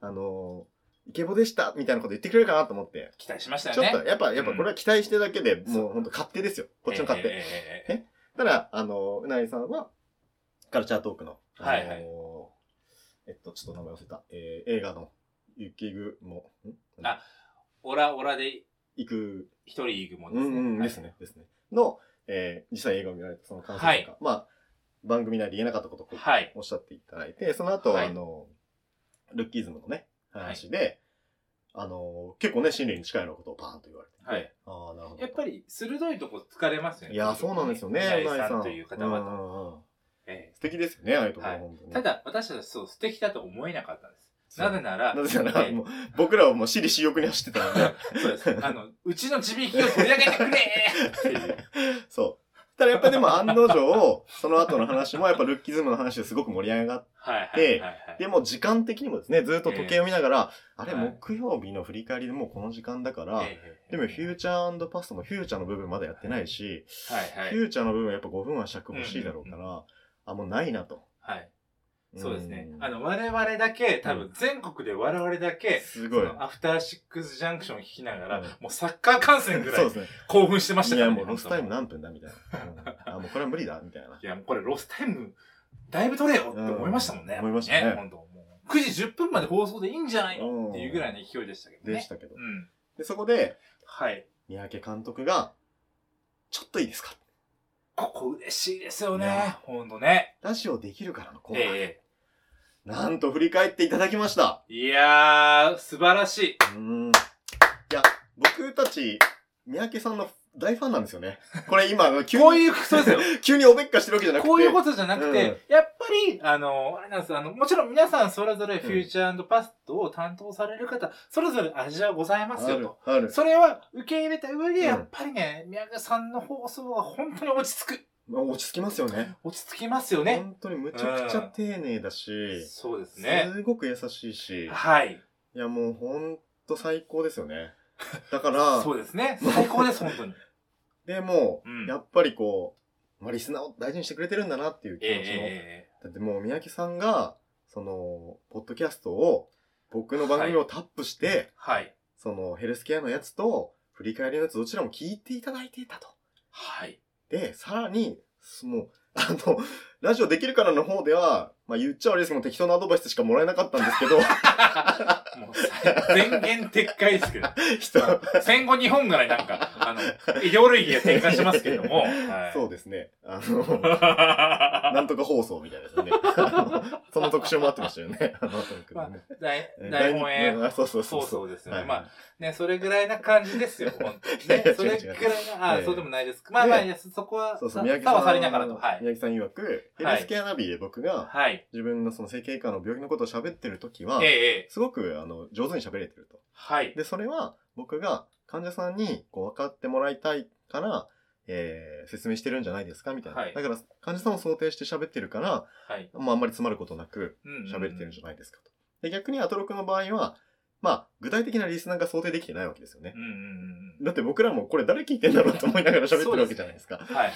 B: あのーイケボでした、みたいなこと言ってくれるかなと思って。
C: 期待しました
B: ちょ
C: よ
B: っ
C: ね。
B: と、やっぱ、やっぱ
C: うん
B: これは期待してるだけで、もうほんと勝手ですよ。こっちの勝手。
C: ええええええ
B: ただ、あのーうないさんは、カルチャートークの、あのー
C: はいはい
B: えっと、ちょっと名前忘れた、えー映画の、雪雲、ん
C: あオラオラで
B: 行く、
C: 一人行くもん
B: う
C: です
B: ん
C: ね。
B: うん、
C: はい
B: ですね、ですね。の、えー実際映画を見られたその感想とか、
C: はい
B: まあ、番組内で言えなかったことをこう
C: はい。
B: おっしゃっていただいて、その後、
C: はい
B: あの、ルッキズムのね、話で、あの、結構ね、心理に近いようなことをパーンと言われてて、
C: はい
B: ああ、なるほど。
C: やっぱり、鋭いとこ疲れますよね。
B: いや、そうなんですよね、
C: うない
B: な
C: さんという方
B: う
C: は。
B: んうんうん
C: え
B: 素敵ですよね、ああいうところ、
C: はい
B: 本当
C: え
B: に
C: た、だ、私たちはそう、素敵だと思えなかったんです。なぜなら、
B: なぜな
C: え
B: ら、
C: え
B: もう、僕らはもう、私利私欲に走ってたの
C: *laughs*
B: で、
C: そうです。あの、うちの地引きを取り上げてくれっていう。
B: そう。ただやっぱでも案の定、その後の話もやっぱルッキズムの話ですごく盛り上がっ
C: はいはいはい
B: で
C: はい。
B: でも時間的にもですね、ずっと時計を見ながら、あれ、
C: はい
B: 木曜日の振り返りでもうこの時間だから、でもフュー
C: チ
B: チャーパストもフューチャーの部分まだやってないし、
C: ャー。はいはい。
B: フューチャーの部分はやっぱ5分は尺欲しいだろうから、
C: う
B: あ、もうないなと。
C: はい。そうですね
B: う。ん
C: あの、我々だけ、多分全国で我々だけ、
B: す
C: そ
B: ごい。
C: のアフターシックスジャンクションを聞きながら
B: うん、
C: もうサッカー観戦ぐら
B: そう
C: い
B: ですね。
C: 興奮してました
B: い
C: から
B: や、
C: ね
B: もうロスタイム
C: 本
B: 何分だみたいな。うんあ、もうこれは無理だみたいな
C: 当。いや、もうこれロスタイム、だいぶ取れよって思いましたもんね。
B: うん思いましたね
C: 本当もう9時10分まで放送でいいんじゃないの
B: うん
C: っていうぐらいの勢いでしたけど
B: で
C: ね
B: し。たけど
C: う。ん。
B: で、そこで、
C: はい。
B: 三宅監督が、ちょっといいですか
C: ここ嬉しいですよ
B: い
C: ね
B: や。
C: ほんとね。
B: ラジオできるからのコーナー。
C: え
B: なんと振り返っていただきました。
C: え。いやー、素晴らしい。
B: うーんいや、僕たち、三宅さんの大ファンなんですよね。これ今、あ
C: *laughs*
B: の急
C: こう
B: に、
C: いうことですよ。
B: 急におべっかしてるわけじゃなくて。
C: こういうことじゃなくて、
B: う
C: やっぱり、あの、あれなんですあの、もちろん皆さんそれぞれフューチャーパストを担当される方、それぞれ味はございます
B: あ
C: よ
B: る
C: と。、
B: ある。
C: それは受け入れた上で、
B: うん
C: やっぱりね、宮川さんの放送は本当に落ち着く。
B: まあ落ち着きますよね。
C: 落ち着きますよね。
B: 本当にむちゃくちゃ丁寧だし、
C: そうですね。
B: すごく優しいし、
C: はい。
B: いやもうほんと最高ですよね。だから、
C: *laughs* そうですね。最高です、本当に。
B: でも、
C: うん
B: やっぱりこう、まあ、リスナーを大事にしてくれてるんだなっていう気
C: え
B: 持ちの、
C: え
B: だってもう三宅さんが、その、ポッドキャストを、僕の番組をタップして、
C: はい。
B: そのヘルスケアのやつと、振り返りのやつどちらも聞いていただいていたと。
C: はい。 *laughs*
B: で、さらに、もう、あの、ラジオできるからの方では、まあ言っちゃ悪いですけど、適当なアドバイスしかもらえなかったんですけど、 *laughs*
C: もうさ、全言撤回ですけど。
B: 人、
C: 戦後日本ぐらいなんか、あの、医療類に転換しますけども。はい、。
B: そううですね。あ
C: *laughs*
B: の、なんとか放送みたいですね。あのその特集もあってましたよね。あの
C: ま
B: ね
C: 大大本営
B: うんあそうそうそう
C: そう
B: そう。
C: そうですよね。
B: はい
C: まあ、ね、それぐらいな感じです *laughs* よ、本当に。ね
B: いや、
C: それ
B: 違う違
C: ぐら
B: う
C: いな、
B: え
C: あ、
B: え
C: そうでもないです。まあまあ、
B: ね
C: いやそこは、
B: そうそう、
C: さ
B: 宮城
C: さ
B: さん。
C: はさりながらと。はい。
B: 宮城さん曰く、ヘ
C: はい
B: ルスケアナビで僕が、
C: はい。
B: 自分のその整形外科の病気のことを喋ってるときは
C: ええ、、ええ。
B: すごく、あの、上手に喋れてると。
C: はい。
B: で、それは僕が患者さんにこう分かってもらいたいから、えー、説明してるんじゃないですかみたいな。
C: はい
B: だから、患者さんを想定して喋ってるから、
C: はい。
B: まあ、あんまり詰まることなく喋れてるんじゃないですかと。で、逆にアトロクの場合は、まあ、具体的なリスナーが想定できてないわけですよね
C: う。んうんうんうん。
B: だって僕らもこれ誰聞いてんだろうと思いながら喋ってるわけじゃないですか。
C: はいはい。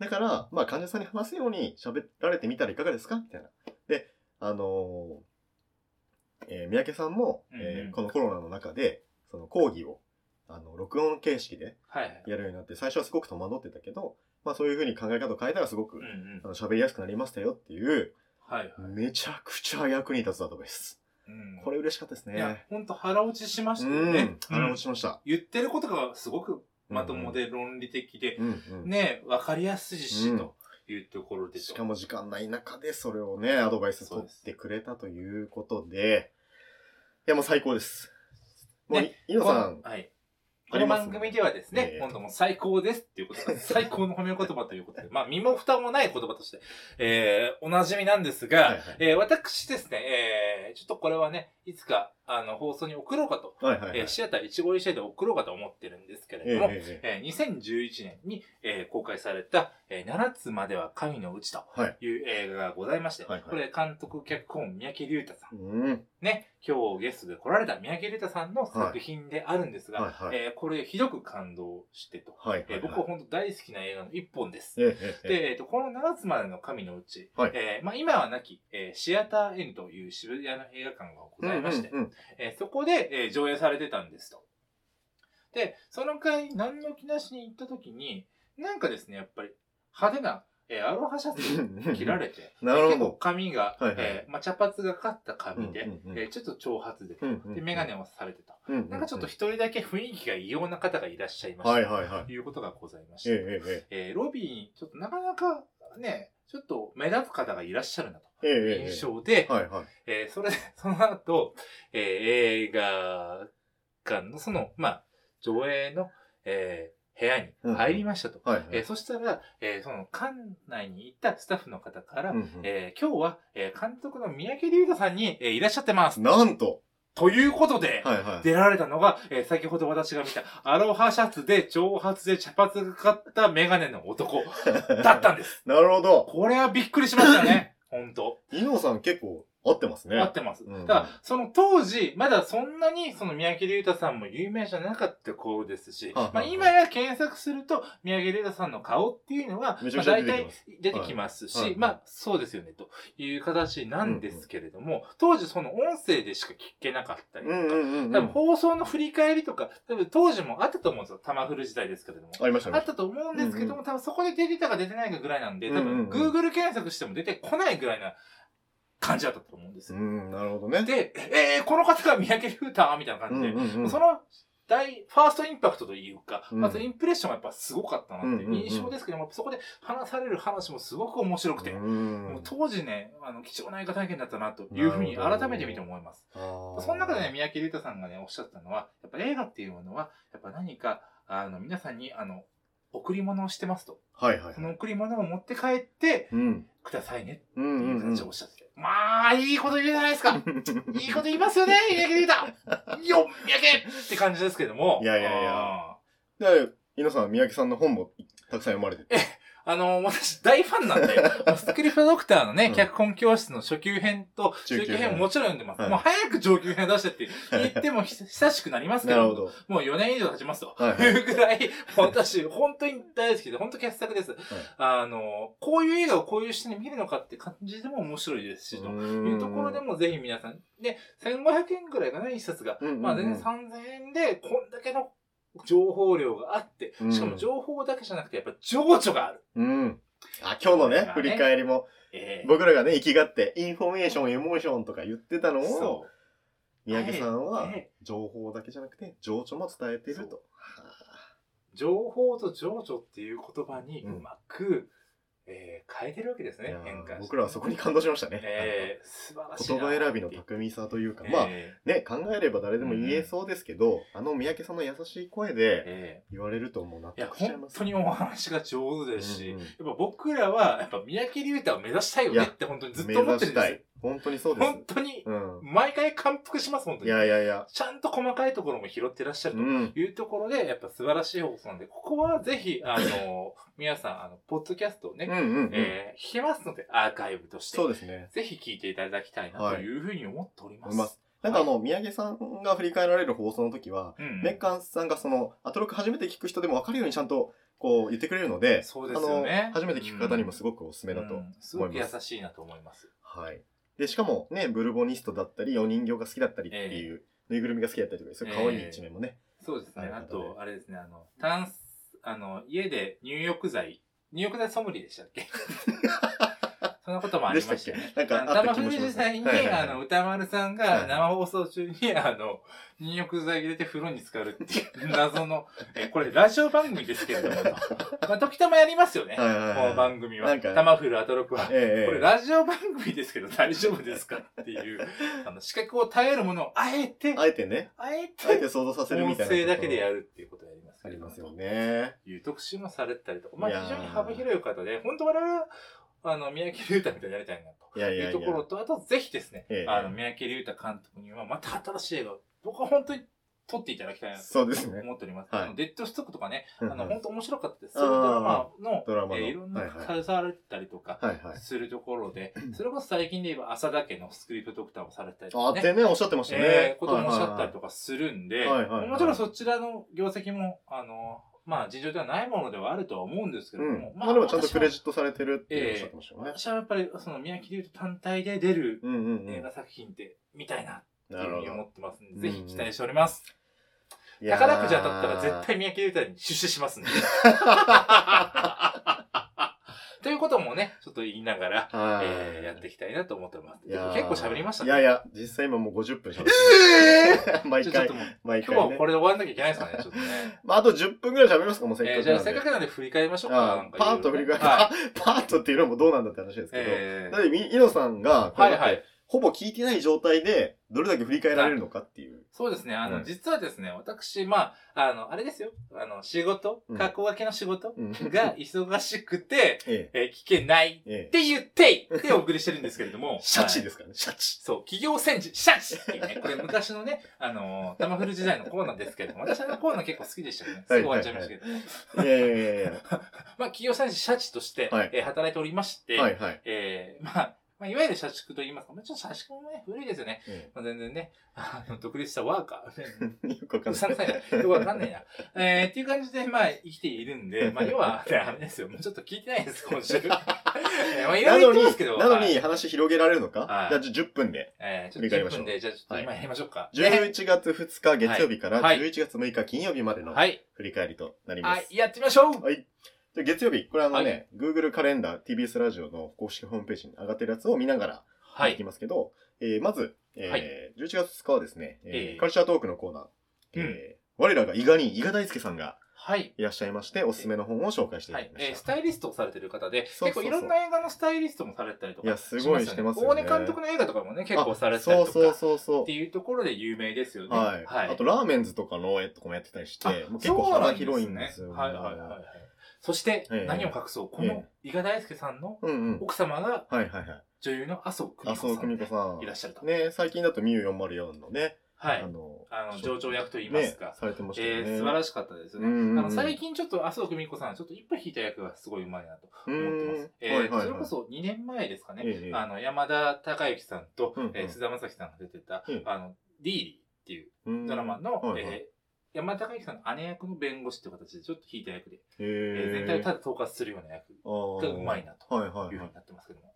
B: だから、まあ患者さんに話すように喋られてみたらいかがですかみたいな。で、あのーえー三宅さんも、
C: うん
B: え
C: う
B: ー
C: ん
B: このコロナの中で、その講義を、あの、録音形式で
C: はいはい。
B: やるようになって、最初はすごく戸惑ってたけど、まあそういうふうに考え方を変えたらすごく、
C: うんうん
B: あ。の、喋りやすくなりましたよっていう、
C: はいはい。
B: めちゃくちゃ役に立つアドバイス。
C: うん
B: これ嬉しかったです
C: いや
B: ね。、
C: ほんと腹落ちしまし
B: う
C: たよね
B: ん。。腹落
C: ち。
B: ちました。
C: 言ってることがすごくまともで論理的で、
B: うんうん。
C: ね、わかりやすいし、
B: うん
C: というところで
B: し
C: し
B: か
C: ょ。
B: も時間ない中でそれをね、アドバイス取ってくれたということで、いやもう最高です。もう、
C: ね
B: いの
C: こ
B: さ
C: の
B: ん、
C: はい。
B: あ
C: こ
B: り
C: の
B: ます
C: 番組ではですね
B: え、え
C: 今度も最高ですっていうこと *laughs* が、最高の褒め言葉ということで、まあ、身も蓋もない言葉として、えー、おなじみなんですが、
B: はいはい
C: えー、私ですね、えー、ちょっとこれはね、いつか、あの、放送に送ろうかと、
B: はいはいはい。
C: えー、シアター一期一会で送ろうかと思ってるんですけれ
B: ええ
C: ども、
B: ええ
C: えー2011年に、えー公開された、えー7つまでは神のうちと
B: はい
C: いう映画がございまして、
B: はいはい
C: これ監督脚本三宅龍太さん。
B: うん。はい
C: ね、今日ゲストで来られた三宅龍太さんの作品であるんですが、
B: はい。はい
C: えーこれひどく感動してと。
B: はい。
C: えー僕は本当大好きな映画の一本です。
B: ええ、ええ、ええ
C: で、えーと、この7つまでの神のうち、
B: はい
C: えーまあ、今はなき、えーシアター N という渋谷の映画館がございまして、
B: うんうん
C: えーそこで、えー上映されてたんですと。で、その回、何の気なしに行った時に、なんかですね、やっぱり派手な、えーアロハシャツ
B: うん
C: *laughs* を着られて、
B: *laughs* なる
C: 結
B: ほ
C: 構
B: ど。
C: 髪が、
B: はいはい
C: えーまあ、茶髪がかった髪で、
B: うんうんうん
C: えーちょっと長髪で、で、メガネをされてた。
B: ネ、
C: なんかちょっと一人だけ雰囲気が異様な方がいらっしゃいました。
B: はいはいはい。
C: ということがございまし
B: ええ
C: た。、
B: ええ、え
C: えーロビーにちょっとなかなかね、ちょっと目立つ方がいらっしゃるなと。
B: え、ええ、ええ
C: 印象で、
B: はいはい。
C: えーそれで、 *laughs* その後、えー映画館のその、まあ、上映の、えー部屋に入りましたと。
B: はいはい。
C: えーそしたら、えーその館内に行ったスタッフの方から、
B: うんうん
C: えー今日は、えー監督の三宅龍太さんに、えーいらっしゃってます。
B: なんと
C: ということで、
B: はいはい。
C: 出られたのが、えー先ほど私が見た、アロハシャツで、長髪で茶髪がかったメガネ
B: *laughs*
C: の男だったんです。
B: なるほど。
C: これはびっくりしましたね。ほんと。
B: いのさん結構合ってます
C: 合
B: ね
C: っ。てます。
B: うん
C: だから、その当時、まだそんなに、その三宅龍太さんも有名じゃなかった頃ですし、
B: はあはあ
C: まあ今や検索すると、三宅龍太さんの顔っていうのは、
B: めちゃ
C: ま
B: く
C: あ
B: ちゃ
C: 大
B: 出てき
C: 体
B: ます
C: 出てきます
B: はいは
C: し
B: い、
C: まあそうですよね、という形なんですけれども、当時その音声でしか聞けなかったり
B: う
C: と
B: ん
C: か
B: う、んうんう
C: 多分
B: ん。
C: 放送の振り返りとか、多分当時もあったと思うんですよ。玉古時代ですけれども。
B: ありました
C: あ
B: ね
C: っ。たと思うんですけども、多分そこで出てたか出てないかぐらいなんで、多
B: うん
C: 分
B: うんうん
C: Google 検索しても出てこないぐらいな感じだったと思うんです
B: う
C: よ。
B: ん、なるほどね。
C: で、えー、この方が三宅ルーターみたいな
B: う
C: 感
B: ん
C: じ
B: う
C: で、
B: んうん
C: その大、ファーストインパクトというか、
B: うん
C: まずインプレッションがやっぱすごかったなってい
B: うん
C: う
B: うんうん
C: 印象ですけども、そこで話される話もすごく面白くて、
B: うん
C: もう当時ね、あの、貴重な映画体験だったなというふうに
B: なるほど
C: 改めて見て思います。
B: あー
C: その中でね、三宅龍太さんがね、おっしゃったのは、やっぱ映画っていうものは、やっぱ何か、あの、皆さんに、あの、贈り物をしてますと。
B: はいはい
C: そ。の贈り物を持って帰って
B: うん。
C: くださいね
B: うん
C: って
B: う
C: いうん
B: うん
C: 感じでおっしゃってて。まあ、いいこと言うじゃないですか。いいこと言いますよね、三宅龍太。よ三宅って感じですけども。
B: いやいやいや
C: あー。
B: で、井野さん、三宅さんの本もたくさん読まれてて。
C: あの、私、大ファンなんで、もうスクリプトドクターの
B: う
C: ね
B: ん、
C: 脚本教室の初級編と中級編ももちろん読んでま
B: はい
C: す。もう早く上級編出してって言ってもひ久しくなりますけ
B: な
C: ど
B: る
C: も
B: ほ、ど。
C: もう4年以上経ちますと。
B: はい
C: い *laughs*
B: は
C: うぐらい、私、本当に大好きで、本当傑作です。あの、こういう映画をこういう人に見るのかって感じでも面白いですし、
B: い
C: というところでもぜひ皆さん、で、1500円ぐらいかな、一冊が。
B: うん、
C: まあ全然3000円で、こんだけの情報量があって
B: う、ん
C: しかも情報だけじゃなくて、やっぱ情緒がある。
B: うん。あ、今日の
C: そう
B: ね
C: だ、ね
B: 振り返りも、
C: ええ
B: 僕らがね、生きがって、インフォメーション、エモーションとか言ってたのを、
C: そう。
B: 三宅さんは
C: ええ、
B: 情報だけじゃなくて、情緒も伝えてる
C: そ
B: と。
C: 情報と情緒っていう言葉にうまく、えー変えてるわけです
B: い
C: ね
B: やー、
C: 変換して。
B: 僕らはそこに感動しましたね。
C: えー、素晴らしい
B: 言
C: な。
B: 葉選びの巧みさというか、まあ
C: え
B: ね、考えれば誰でも言えそうですけど、あの三宅さんの優しい声
C: ー
B: で
C: え
B: 言われるともう納
C: ーいや、
B: 得しちゃい
C: 本
B: ます。
C: 当にお話が上手ですし、
B: うんうん
C: やっぱ僕らは、やっぱ三宅龍太を目指したいよねって本当にずっと思ってるん
B: 目指した
C: で
B: い。本当にそう
C: す。
B: です
C: 本。当に、
B: うん。
C: 毎回感服します、本当
B: い
C: に。
B: やいやいや。
C: ちゃんと細かいところも拾ってらっしゃる
B: う
C: と
B: ん。
C: いうところで、やっぱ素晴らしい放送なんで、ここはぜひ、あの、 *laughs* 皆さん、あの、ポッドキャストをね、
B: うんうんうん。
C: えー、聞けますので、アーカイブとして。
B: そうですね。
C: ぜひ聞いていただきたいな
B: はい
C: というふうに思っておりま
B: 思
C: す。
B: いますなんかあの、三宅さんが振り返られる放送の時は、
C: うん。
B: メッカンさんがその、アトロック初めて聞く人でも分かるようにちゃんと、こう言ってくれるので、
C: そうですよね
B: あの、初めて聞く方にもすごくおすすめだと。
C: うんすごく優しいなと思います。
B: はい。で、しかもね、ブルボニストだったり、お人形が好きだったりっていう、ぬいぐるみが好きだったりとか、そういう可愛い一面もね。
C: そうですね。
B: な
C: あ
B: るほどね
C: と、あれですね、あの、タンス、あの、家で入浴剤、入浴剤ソムリエでした
B: *laughs*
C: っけそんなこともありましたよね。
B: でしたっけなんかあった
C: 生
B: 気もしま
C: 冬
B: す
C: 時代に、
B: はいはいはい
C: あの、歌丸さん
B: はいは
C: が
B: い
C: 生放送中に、あの、入浴剤入れて風呂に浸かるっていう謎の、え、これラジオ番組ですけれども、
B: *laughs*
C: とまあ、時たまやりますよね。
B: はいはいはい
C: この番組
B: な
C: は。
B: んか
C: タマフルアトロクは。こ
B: ええ
C: れラジオ番組ですけど大丈夫ですかっていう、あの、資格を耐えるものをあえて、
B: あえてね、
C: あえ
B: あえ
C: て
B: て想像させる
C: 音
B: みたいなところ。
C: 声だけでやるっていうことをやります
B: あ
C: けれ
B: り
C: ども
B: ますよね。
C: という特集もされてたりとか、まあ
B: いやー
C: 非常に幅広い方で、本当我々は、あの、三宅龍太みたいになりたいなと
B: いやい
C: い
B: や
C: う
B: い
C: と
B: や。
C: ころと、あとぜひですね
B: ええ、
C: あの、三宅龍太監督にはまた新しい映画を、僕は本当に撮っていただきたいなと
B: そうですね。
C: 思っております。
B: はい
C: あのデッドストックとかね、あ
B: うんう
C: の、
B: ん
C: 本当面白かったです。
B: あ
C: そ
B: ー
C: ういうドラマの、
B: ドラマの。
C: えーいろんな
B: はいはい。
C: 携われたりとか、
B: はいはい。
C: するところで、それこそ最近で言えば浅田家のスクリプトドクターをされたりと
B: あ
C: か、
B: っ
C: ね、
B: てね、おっしゃってましたね。
C: えーこともおっしゃった
B: か。
C: りとかするんで、
B: はいはいはい
C: もちろんそちらの業績も、あの、まあ、事情ではないものではあるとは思うんですけれ
B: う
C: ど
B: ん
C: も、。
B: まあでもちゃんとクレジ
C: ッ
B: ットされてるっておっしゃってましたよ
C: ト
B: ね。
C: 私はやっぱり、その、宮城龍と単体で出る
B: うんうんう
C: 映
B: ん。
C: 画作品って、見たいな、って
B: ないる
C: うふ
B: ほ
C: うに思
B: ど。
C: ってますん
B: うん
C: で、ぜひ期待しております。
B: いやー
C: 宝くじ当たったら絶対宮城龍太に出資します
B: *laughs*
C: んで。ということもね、ちょっと言いながら、
B: はい
C: えーやっていきたいなと思っております。
B: いやー
C: 結構喋りましたね。
B: いやいや、実際今もう50分喋ってる。 *laughs* 毎
C: ちょっ
B: 回
C: と、もう、
B: 毎
C: 今日
B: 回
C: は
B: ね
C: こ。れで終わんなきゃいけないですかね、ちょっとね。
B: まああと10分くらい喋りますか、もうせっかく
C: え
B: な
C: ー
B: ん
C: じ
B: で。
C: ゃあ、せっかくなんで振り返りましょうか。
B: ああ
C: なんか
B: パーッと振り返る *laughs*
C: はい。
B: パートっていうのもどうなんだって話ですけど。
C: え
B: だってみ、イノさんが、
C: ーはいはい。
B: ほぼ聞いてない状態で、どれだけ振り返られるのかっていう。
C: そうですね。あ
B: う
C: の、
B: ん
C: 実はですね、私、まあ、あの、あれですよ。あの、仕事
B: う、ん
C: 格好分けの仕
B: *laughs*
C: 事
B: うん
C: が忙しくて、
B: え
C: えー聞けない
B: え、え
C: って言って、ってお送りしてるんですけれど
B: え。
C: も。
B: *laughs* シャチ
C: はい
B: ですからね、シャチ。
C: そう、企業戦時、シャチっていうね、これ昔のね、あのー、タマフル時代のコーナーですけれども、私あのコーナー結構好きでしたけどね。すぐ終わっちゃいましたけど。
B: いやいやいやいや。
C: まあ、企業戦時、シャチとして、
B: はい
C: えー働いておりまして、
B: はいはい。
C: ええまあ、まあ、いわゆる社畜と言いますか、まあ、ちょっと社畜もね、古いですよね。
B: え
C: まあ、全然ね、あの、独立したワーカー。
B: えよくわか
C: うんさ
B: なんい。
C: くさいな。よくわ
B: *laughs*
C: かんないな。えー、っていう感じで、まあ、生きているんで、まあ、要は、ね、あれですよ。もうちょっと聞いてないです、今週。えー、まあ、いろ
B: ないの
C: ろ言って
B: に
C: ますけど。、
B: なの
C: は
B: に
C: い
B: 話広げられるのか
C: はい
B: じゃあ10分で。
C: えー、ちょ
B: 振り
C: っと
B: 返り
C: 10
B: ましょう
C: 分で、じゃあちょっと今やりましょうか。ね
B: 11月2日月曜日から
C: はい
B: 11月6日金曜日までの
C: はい。
B: 振り返りとなりま
C: は
B: す
C: い。、やってみましょう
B: はい。じゃあ月曜日、これあの
C: は
B: ね、Google カレンダー、TBS ラジオの公式ホームページに上がってるやつを見ながら、
C: は
B: でき
C: い。
B: ますけど、えーまず、えー
C: はい
B: 11月2日はですね、えー
C: えー
B: カルチャートークのコーナー、えー
C: うん
B: 我らが伊賀に伊賀大輔さんが
C: はい。
B: いらっしゃいまして、おすすめの本を紹介していた
C: は
B: だき
C: い。
B: ま
C: えー、
B: し
C: ス
B: た。
C: タイリストをされてる方で、
B: そうそうそう
C: 結構いろんな映画のスタイリストもされてたりとか。
B: いやすごいしてますよね
C: 大根監督の映画とかもね、結構されてたり
B: そ
C: と
B: うそ
C: か。
B: うそうそ
C: っていうところで有名ですよ
B: う。
C: ね。
B: はい、あと、ラーメンズとかの絵とかもやってたりして、もう結構幅広いんですよ、
C: ね。はいはいはいはい。そして、
B: ええ
C: 何を隠そう、こ
B: え
C: の伊賀大輔さんの
B: うんうん。
C: 奥様が
B: はいはいはい。
C: 女優の麻生久
B: 麻
C: 美子
B: 生
C: さ
B: 久美
C: ん
B: 子さん。
C: いらっしゃると。
B: ね、最近だとミュー404のね、
C: はい。
B: の
C: あの情状役と言いますか
B: ねされてましたよね。
C: えー、素晴らしかったですよ
B: うんうんうん
C: ね。あの最近ちょっと麻生久美子さん、ちょっと一歩引いた役がすごいうまいなと思ってます。
B: うー
C: え
B: んはいはいはい
C: ーそれこそ2年前ですかね、
B: ええ
C: あの山田孝之さんと
B: うんうん
C: えー菅田将暉さんが出てた
B: うん、
C: あの、ディーリーっていう
B: うん
C: ドラマの、
B: はいはい
C: えー山田孝之さんの姉役の弁護士という形でちょっと引いた役で、
B: え
C: え
B: ー
C: ー全体をただ統括するような役
B: が
C: がうまいなと
B: はいはい
C: いうふう
B: はい
C: になってますけども、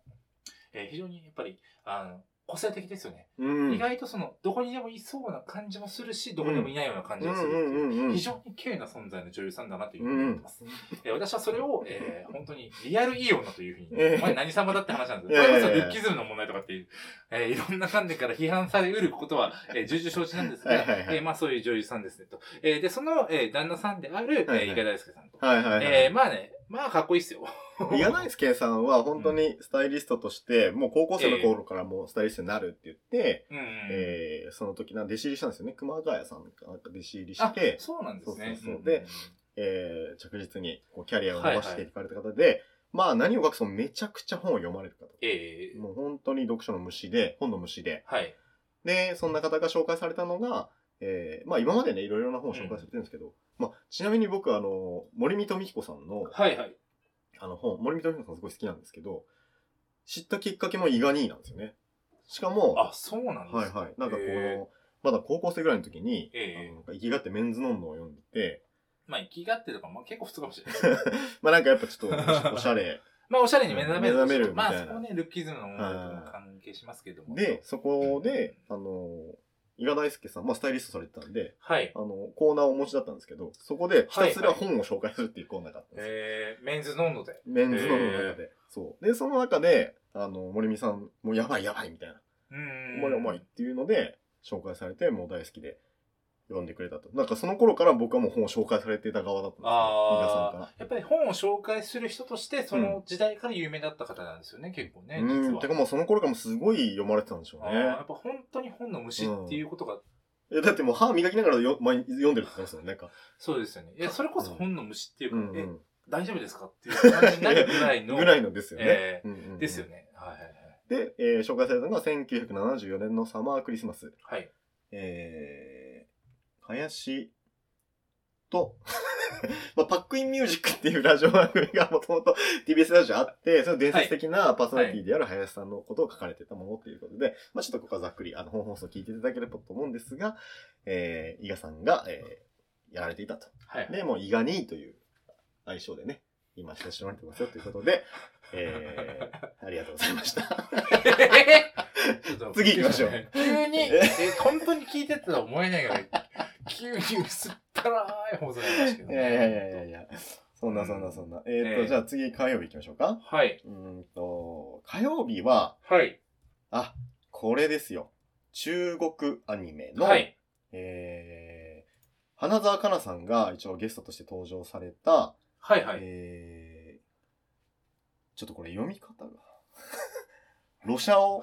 C: えー非常にやっぱりあの個性的ですよね。
B: うん。
C: 意外とその、どこにでもいそうな感じもするし、どこにでもいないような感じもするっていう。
B: うんうんうんうん
C: 非常に綺麗な存在の女優さんだなというふうに思ってます。えー私はそれを、えー本当にリアルイオンだというふうに、
B: ええ
C: お前何様だって話なんです
B: え
C: よ。
B: え
C: これこそルッキズムの問題とかっていう、えーいろんな観点から批判されうることは、えー重々承知なんですが、
B: はいはいはい
C: えーまあそういう女優さんですねと。えーで、その、えー旦那さんである、
B: はいはい
C: えー、伊賀大輔さんと。
B: はいはいはい。
C: えーまあね、まあかっこいいっすよ。
B: 伊賀大輔さんは本当にスタイリストとして、もう高校生の頃からもうスタイリストになるって言って、
C: うんうん、
B: えーその時な、弟子入りしたんですよね。熊谷さんかなんか弟子入りし
C: あ
B: て、
C: そうなんですね。
B: そうそうそうんで、えー着実にこうキャリアを伸ばしていかれた方で、まあ何を隠そうめちゃくちゃ本を読まれる方。
C: えー
B: もう本当に読書の虫で、本の虫で。
C: はい。
B: で、そんな方が紹介されたのが、えーまあ今までね、いろいろな本を紹介されてるんですけど、まあちなみに僕はあの、森見富彦さんの、
C: はいはい。
B: あの本、森見富彦さんすごい好きなんですけど、知ったきっかけも伊賀兄なんですよね。しかも、
C: あ、そうなんです
B: はい
C: か
B: はい。なんかこの、
C: えー
B: まだ高校生ぐらいの時に、
C: え
B: あ
C: え
B: のなんか生きがってメンズノンノを読んでて、
C: まあ、生きがってとか、まあ結構普通かもしれ
B: *laughs*
C: ないです。
B: まあなんかやっぱちょっとおしゃれ。
C: まあ、おしゃれに目覚める。
B: 目覚めるみたいな
C: まあ、そこね、ルッキズムの問題とも関係しますけども。
B: で、、そこで、あの、伊賀大輔さん、まあスタイリストされてたんで、
C: はい。
B: あの、コーナーをお持ちだったんですけど、そこでひたすら本を紹介するっていうコーナーがあったんですよ。
C: えー、メンズノンドで。
B: メンズノンノの中で。そう。で、その中で、あの、森美さん、もうやばいやばいみたいな。
C: うーん。
B: 重い重いっていうので、紹介されて、もう大好きで読んでくれたと。なんかその頃から僕はもう本を紹介されてた側だったんですよ。伊賀
C: あ
B: さ
C: あ、やっぱり本を紹介する人として、その時代から有名だった方なんですよね、結構ね、
B: んから。
C: 実
B: うん。
C: は
B: て。かもうその頃からもうすごい読まれてたんでしょ
C: あ
B: う
C: ー
B: ね
C: やっぱ本当に本の虫っていうことが、
B: いや。だってもう歯磨きながらよ毎日読んでるって言ってますよね。なんか。
C: そうですよね。いや、それこそ本の虫っていうか、
B: うんう
C: え、
B: ん。
C: 大丈夫ですかっていう感じになるぐらいの。
B: ぐらいのですよね。
C: え
B: うんうんうん
C: ーですよね。はいはいはい
B: で、えー紹介されたのが1974年のサマークリスマス。
C: はい。
B: えー、林と、 *laughs* まあ、パックインミュージックっていうラジオ番組がもともと TBS ラジオあって、その伝説的なパーソナリティである林さんのことを書かれてたものということで、まあちょっとここはざっくり、あの、本放送聞いていただければと思うんですが、えー、伊賀さんが、えー、やられていたと。
C: はい。
B: で、もう伊賀兄という愛称でね、今親しまれてますよということで、えー、ありがとうございました。 *laughs* 次行きましょう。
C: 急に、え本当に聞いてたとは思えないがらい、急に薄っぱらい放送になりましたけど
B: い
C: ね、
B: やいやいやいやいや、そんなそんなそんな。えー、っ
C: え
B: と、
C: え
B: じゃあ次火曜日行きましょうか。
C: はい。
B: うーんと、火曜日は、
C: はい。
B: あ、これですよ。中国アニメの、
C: はい。
B: えー、花澤香菜さんが一応ゲストとして登場された、
C: はいはい。
B: えー、ちょっとこれ読み方が。 *laughs* ロシャオ、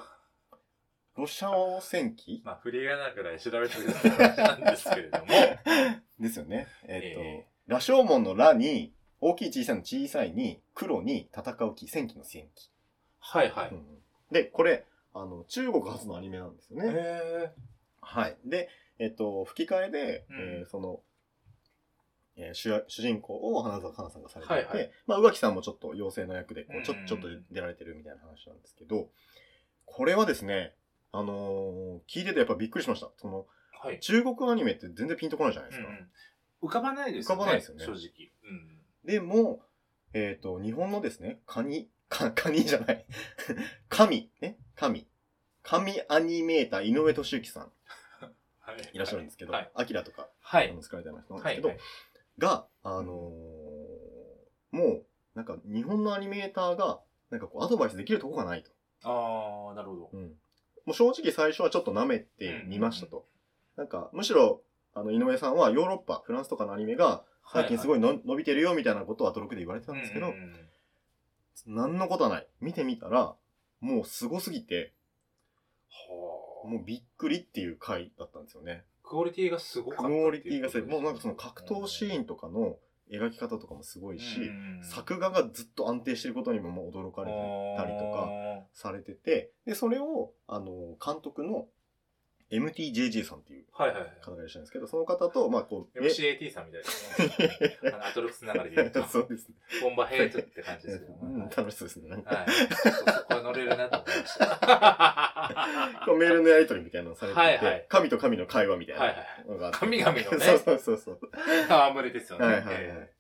B: ロシャオ戦記
C: まあ、振りがなくらい調べてくださなんですけれども。
B: ですよね。えーっと、
C: え
B: 羅生門の羅に、大きい小さいの小さいに、黒に戦う気、戦記の戦記。
C: *laughs* はいはい。
B: うんで、これ、あの、中国発のアニメなんですよね。
C: え
B: はい。で、えっと、吹き替えで、
C: うん
B: えーその、えー主役主人公を花澤香菜さんがされていて、
C: はいは
B: まあ、宇垣さんもちょっと妖精の役でこうちょ
C: う、ん
B: ちょっと出られてるみたいな話なんですけど、これはですね、あのー聞いててやっぱびっくりしました。その、
C: ー、はい。
B: 中国アニメって全然ピンとこないじゃないで
C: う
B: す
C: ん
B: か。
C: うん浮かばないですよね。
B: 浮かばないですよね
C: 正直。うん。
B: でも、えっ、と、日本のですね、カニ、 *laughs* カカニじゃない、神、ね、神、神アニメーター井上俊之さん
C: はい
B: らっしゃるんですけど、
C: はい。
B: アキラとか、
C: は
B: あ
C: い。
B: の、作られたような人なんです
C: は
B: け
C: い
B: ど、
C: はい。
B: が、あのーもう、なんか日本のアニメーターが、なんかこうアドバイスできるとこがないと。
C: ああ、なるほど。
B: もう正直最初はちょっと舐めてみましたと。なんか、むしろ、あの、井上さんはヨーロッパ、フランスとかのアニメが最近すご
C: い
B: いの、伸びてるよみたいなことをアトロクで言われてた
C: なんん
B: で
C: ですす
B: けど、
C: けど。
B: なんのことはない。見てみたら、もう凄すぎて、
C: はあ。
B: もうびっくりっていう回だったんですよね。
C: クオリティがすごかっ
B: ク
C: たっていう
B: オリティがすごい。
C: ことで
B: もう
C: すね
B: なんかその格闘シーンとかの描き方とかもすごいし、
C: うん
B: 作画がずっと安定してることにももう驚かれてたりとかされてて、で、それを、あの、監督の MTJJ さんっていう
C: あーはいはいはい。
B: 方がいらっしゃるんですけど、その方と、まあ、こう、え、
C: MCAT さんみたいですね。あのアトロックス流れで言うと
B: *laughs* そうですね。
C: ボンバーヘイトって感じですけど
B: う
C: も。
B: ん
C: はい。
B: 楽しそうですね。なんか
C: そうそこは乗れるなと思いました。は
B: *laughs* こうメールのやりとりみたいなのされてて、
C: はいはい
B: 神と神の会話みた
C: い
B: い
C: は。
B: ないのがあって。
C: 神々のね
B: そうそうそうそう。
C: *laughs* 戯れですよね。
B: はいはいはい
C: え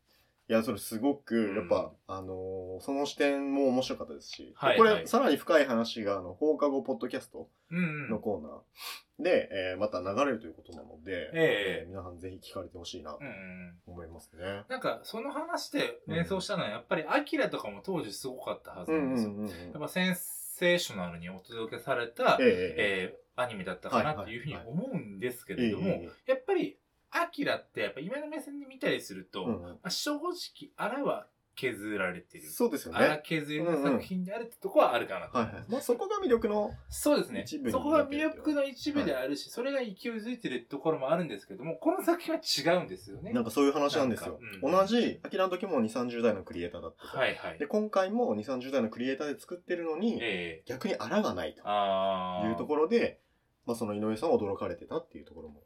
B: いや、それすごく、やっぱ、あのーその視点も面白かったですし、
C: はい
B: こ
C: は
B: れ、
C: い
B: さらに深い話が、あの、放課後ポッドキャスト
C: うんう
B: の
C: ん。
B: コーナーで、えーまた流れるということなので、
C: ええ
B: 皆さんぜひ聞かれてほしいなと
C: うんうん。
B: 思いますね。
C: なんか、その話で連想したのは、やっぱり、アキラとかも当時すごかったはず
B: う
C: なん
B: う
C: んですよ。
B: んうんうん。
C: やっぱ、センセーショナルにお届けされた、
B: ええええ
C: えーアニメだったかなっていうふうに思うんですけれど
B: ええ
C: も、やっぱり、アキラって、やっぱ今の目線で見たりすると、
B: う
C: ま
B: んうん
C: あ正直、あらは削られてる。
B: そうですよ
C: あら
B: ね。
C: 削りの作品であるってとこはあるかなと。
B: はいはい。まあ、そこが魅力の、
C: そうですね
B: 一部。に
C: そこが魅力の一部であるし、それが勢いづいてるところもあるんですけども、この作品は違うんですよね。
B: なんかそういう話なんですよ。
C: なんかう
B: 同
C: ん
B: じ、アキラの時も2、30代のクリエイターだったと。
C: はいはい
B: で、。今回も2、30代のクリエイターで作ってるのに、
C: ええ
B: 逆にあらがないと
C: ああ。
B: いうところで、まあ、その井上さんは驚かれてたっていうところも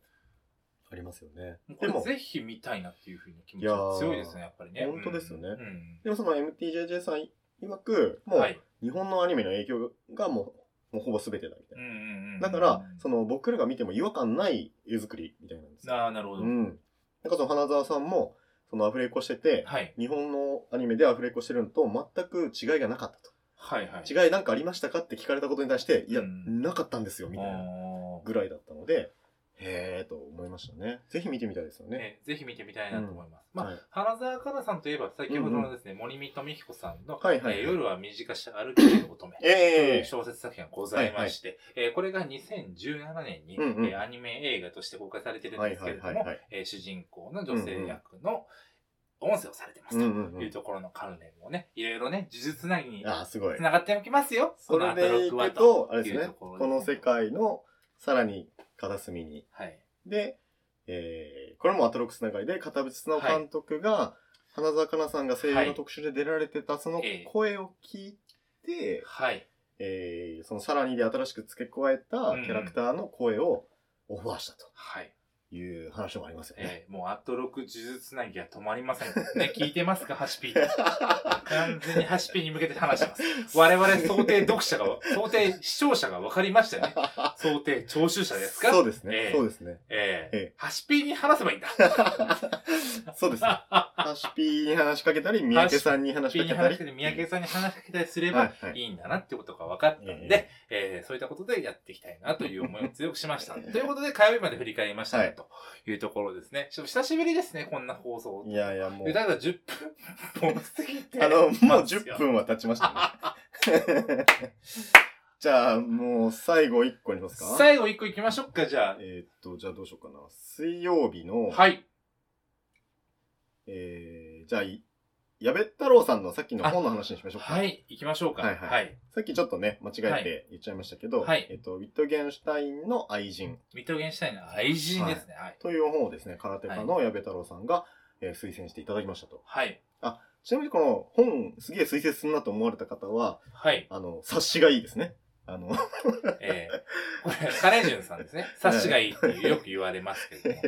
B: ありますよね。で
C: でも
B: も
C: こ、れぜひ見たいなっていうふうに気持ちが強いですね、やっぱりね。
B: 本当ですよね
C: うん
B: でもその MTJJ さん曰く、
C: うん。
B: も
C: は
B: う
C: い。
B: 日本のアニメの影響がもう、もうほぼ全てだみたい
C: うん
B: な。
C: うんうん。
B: だから、その僕らが見ても違和感ない絵作りみたいなんですよ。
C: ああ、なるほど
B: う。ん。なんかその花澤さんも、そのアフレコしてて、
C: はい。
B: 日本のアニメでアフレコしてるのと全く違いがなかったと。
C: はいはい。
B: 違いなんかありましたかって聞かれたことに対して、いや、
C: うん
B: なかったんですよ、み
C: あ
B: たいな
C: ー
B: ぐらいだったので、へーと思いましたね。ぜひ見てみたいですよね。
C: ねぜひ見てみたいなと思います。まあ、
B: はい
C: 花澤香菜さんといえば、先ほどのですね、森見富彦さんの、
B: はいはいはい
C: えー夜は短し歩きの乙女。
B: ええ
C: 小説作品がございまして、えーこれが2017年に、
B: うんうん
C: えーアニメ映画として公開されてるんですけれど
B: はいはい
C: も
B: はいはい、
C: えー主人公の女性役の音声をされてます
B: うん
C: と
B: うんう。
C: いうんところの関連もね、いろいろね、呪術なぎに
B: ああ、すごい。
C: 繋がっておきますよ。
B: それでい
C: このア
B: く
C: トロックは
B: と、あれです
C: いう
B: ね
C: と。ころ
B: この世。界のさらに片隅に。
C: はい。
B: で、えー、これもアトロックスながりで、片渕綱夫監督が、花澤香菜さんが声優の特集で出られてた、その
C: ええ
B: 声を聞いて、
C: はい。
B: えー、そのさらにで新しく付け加えたキャラクターの声をオファーしたと
C: はい。
B: いう話もありますよね。
C: えー、もうアトロック呪術つなぎは止ま
B: *laughs*
C: りません。ね、聞いてますか、ハシピー。完全にハシピーに向けて話してます。我々想定読者が、想定視聴者が分かりましたよね。想定聴取者ですか
B: そうですね、
C: ええ
B: そうですね。
C: え
B: え
C: えハシピーに話せ
B: *laughs*
C: ばいいんだ。
B: そうですね。ハシピーに話しかけたり、三宅さんに話
C: ピ
B: しか
C: ーに
B: けた
C: 話
B: り。
C: してて、三宅さんに話しかけたりすれ
B: は
C: ば
B: いはい
C: いいんだなってことが分かったんで、
B: ええ
C: えーそういったことでやっていきたいなという思いを強くしました。ということで、火曜日まで振り返りましたね
B: はい
C: というところですね。ちょっと久しぶりですね、こんな放送。
B: いやいや、もう
C: だ。から10分 *laughs* も過ぎて。
B: あの、もう
C: ますよ
B: 10分は経ちました
C: *laughs*
B: ね。じゃあ、もう最後1個にしますか
C: 最後一個行きましょうか、じゃ
B: えーっと、じゃあどうしようかな。水曜日の、
C: あ。はい。
B: えー、じゃあ、い矢部太郎さんのさっきの本の話にしましょうか。
C: はい、行きましょうか。
B: はいは
C: はい。
B: さっきちょっとね、間違えて言っちゃいましたけど、
C: はい
B: えっと、ウィットゲンシュタインの愛人
C: ミトゲンシュタインの愛人ですね。はい。
B: という本をですね、空手家の矢部太郎さんが、えー推薦していただきましたと。
C: はい。
B: ちなみにこの本、すげえ推薦するなと思われた方は、
C: はい。
B: あの、冊子がいいですね。あの、*laughs*
C: えー、これ、カレジュンさんですね。察しがいいってよく言われます
B: *laughs*
C: けども。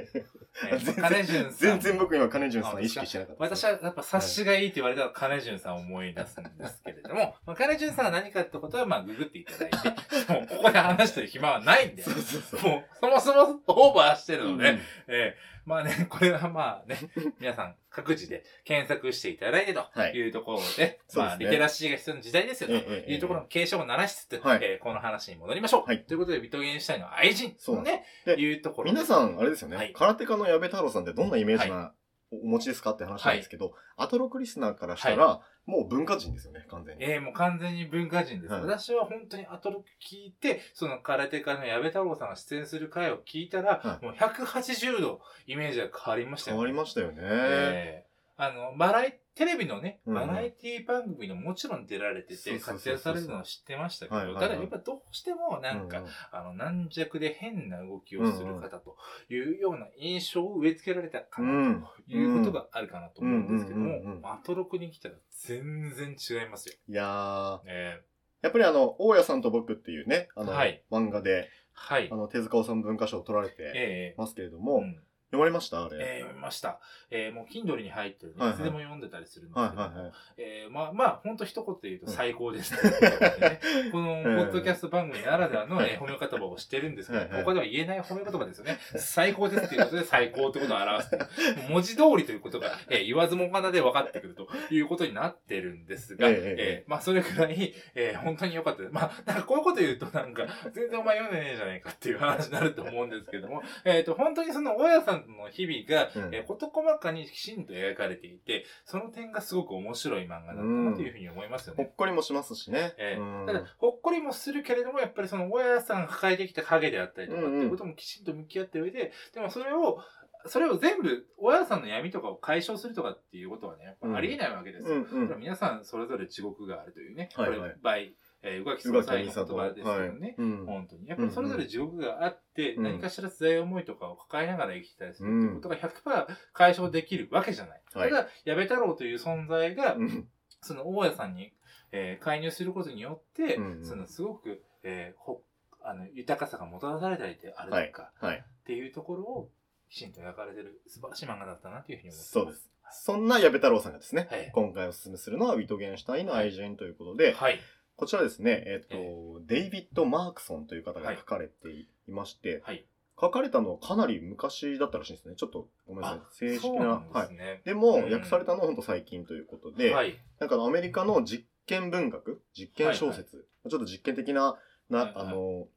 C: えーカレジュンさん。
B: 全然僕今、金潤さん意識してなかったです
C: 私はやっぱ察しがいいって言われたら金潤さんを思い出すんですけれども、まあ、金潤さんは何かってことはまあググっていただいて、もうここで話してる暇はないんだよ
B: そう。そうそう。
C: もうそもそもオーバーしてるので、
B: うん
C: えーまあね、 *laughs* これはま
B: *laughs*
C: あね、皆さん各自で検索していただいてと
B: はい
C: いうところで、
B: そうで
C: ますあ
B: ね
C: リテラシーが必要な時代ですよと
B: ええええ
C: いうところの警鐘を鳴らしつつ、
B: はい
C: えーこの話に戻りましょう。
B: はい
C: ということで、ビトゲンシュタインの愛人
B: そうな
C: の
B: んで
C: ね、
B: で
C: いうところで
B: 皆さん、あれですよね、
C: はい
B: 空手家の矢部太郎さんってどんなイメージなおお持ちですかって話なんですけど、アトロクリスナーからしたら、もう文化人ですよね、完全に。
C: ええもう完全に文化人です。
B: はい
C: 私は本当にアトロク聞いて、その空手家の矢部太郎さんが出演する回を聞いたら、
B: はい
C: もう180度イメージが変わりました
B: 変わりましたよね。
C: ええあの、バラエ、テレビのね、
B: うん
C: バラエティ番組のもちろん出られて
B: そう
C: て、
B: そうそうそう
C: 活躍されるのは知ってましたけ
B: はいはい
C: ど、
B: はい
C: ただやっぱどうしてもなんか、
B: うう
C: あの、軟弱で変な動きをする方というような印象を植え付けられたか
B: う
C: な、
B: ん。
C: ということがあるかなと思うんですけど
B: うんうんうんうんうん
C: も、アトロクに来たら全然違いますよ。
B: いやー、
C: ええ
B: やっぱりあの、大家さんと僕っていうね、あの、
C: はい
B: 漫画で、
C: はい
B: あ。の、手塚治虫文化賞を取られて
C: ええ
B: ますけれども、
C: うん
B: 読まれましたあれ。
C: えー読みました。えーもう Kindle に入ってるんで、
B: はい
C: い
B: はい
C: つでも読んでたりするんです
B: はい
C: けど
B: はい
C: も
B: は、
C: えーまあまあ、ほんと一言で言うと最高です
B: *laughs*
C: ということでね。このポッドキャスト番組ならではの
B: はい
C: えー褒め言葉をしてるんですけど、
B: はいはい
C: 他では言えない褒め言葉ですよね。最高ですっていうことで最高ってことを表すっていう。文字通りということが、えー言わずもがなで分かってくるということになってるんですが、
B: ええええ
C: えーまあそれくらい、えー本当に良かったです。まあ、なんかこういうこと言うとなんか、全然お前読んでねえじゃないかっていう話になると思うんですけども、えっ、と、本当にその大家さんとの日々が、
B: うん
C: えー事細かにきちんと描かれていて、その点がすごく面白い漫画だったなというふうに思いますよね。
B: ほっこりもしますしね。
C: ええ
B: うん
C: ただ、ほっこりもするけれども、やっぱりその親さんが抱えてきた影であったりとかっ
B: う
C: て
B: んうん
C: いうこともきちんと向き合った上で、でもそれを、それを全部、親さんの闇とかを解消するとかっていうことはね、やっぱありえないわけですよ。
B: うんう
C: だから
B: ん。
C: 皆さんそれぞれ地獄があるというね、
B: はいはい
C: これ、倍、えー、宇垣
B: 宇
C: 総
B: 垣
C: 裁
B: 美
C: の言
B: 里
C: 葉ですよね。
B: はいうん
C: 本当に。やっぱりそれぞれ地獄があって、
B: うん
C: 何かしら辛い思いとかを抱えながら生きてたりするってことが100%解消できるわけじゃない。
B: はい
C: ただ、矢部太郎という存在が、
B: うん
C: その大家さんに、えー介入することによって、
B: うん
C: そのすごく、えーほあの豊かさがもたらされたりであるとか、
B: はい。
C: っていうところをきちんと描かれてる素晴らしい漫画だったなというふうに思って
B: そうです。そんな矢部太郎さんがですね、
C: はい
B: 今回おすすめするのは、ウィトゲンシュタインの愛人ということで、
C: はい。
B: こちらですね、えっ、
C: え
B: と、デイビッド・マークソンという方が書かれていまして、
C: はい。
B: 書かれたのはかなり昔だったらしいんですね。ちょっとごめんなさい。正式
C: そう
B: な。
C: なんで
B: はい
C: す。ね。
B: で
C: う
B: も、
C: ん
B: 訳されたのはほんと最近ということで、
C: はい。
B: なんかあのアメリカの実験文学、実験小説、ちょっと実験的な、な、
C: はいはい
B: あの、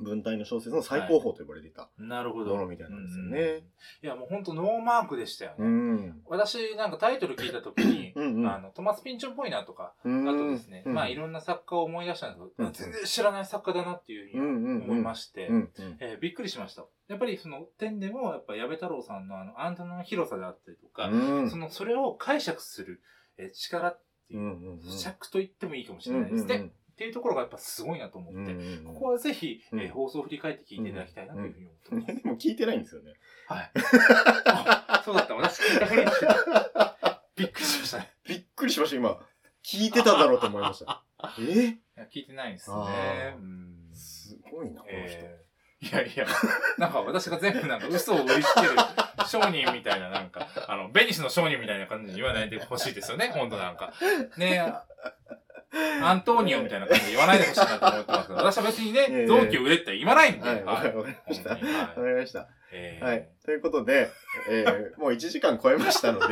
B: 文体の小説の最高峰と呼ばれていた
C: なるほ
B: も
C: ど。
B: のみたいなんですよ
C: うん
B: ね。
C: いや、もう本当ノーマークでしたよね。
B: うん。
C: 私なんかタイトル聞いたときに、
B: うんうん。
C: あの、トマス・ピンチョンっぽいなとか、あ
B: うん
C: とですね、
B: うん
C: まあいろんな作家を思い出したんです
B: う
C: けど、
B: ん
C: 全然知らない作家だなっていうふうに思いまして、
B: うんうん
C: えーびっくりしました。やっぱりその点でも、やっぱ矢部太郎さんのあの、アンテナの広さであったりとか、
B: うん
C: その、それを解釈する、えー力っていう、
B: うんうんうん
C: 尺と言ってもいいかもしれないですね。
B: うん
C: っていうところがやっぱすごいなと思って、
B: うんうん
C: ここはぜひ、えー
B: うん
C: 放送を振り返って聞いていただきたいなというふうに思ってます。
B: でも聞いてないんですよね。
C: はい。あ *laughs* そうだった、私聞いたふ
B: *laughs*
C: りしてたびっくりしましたね。
B: びっくりしました、今。聞いてただろうと思いました。 *laughs* え
C: いや聞いてないですね
B: あ。ー
C: うん
B: すごいな、この人。
C: えーいやいや、なんか私が全部なんか嘘を売りつける商人みたいななんか、あの、ベニスの商人みたいな感じに言わないでほしいです
B: *laughs*
C: よね、ほんとなんか。ねえ、アントニオみたいな感じで言わないでほしいなと思ってますけど、私は別に
B: え
C: ね、
B: え
C: 臓器を売れって言わないんで、
B: はい、わ
C: は
B: か
C: い。
B: りました。わ
C: 本当にはい
B: かりました。
C: えー
B: はい。ということで、えー、もう1時間超えました
C: *laughs*
B: ので、こ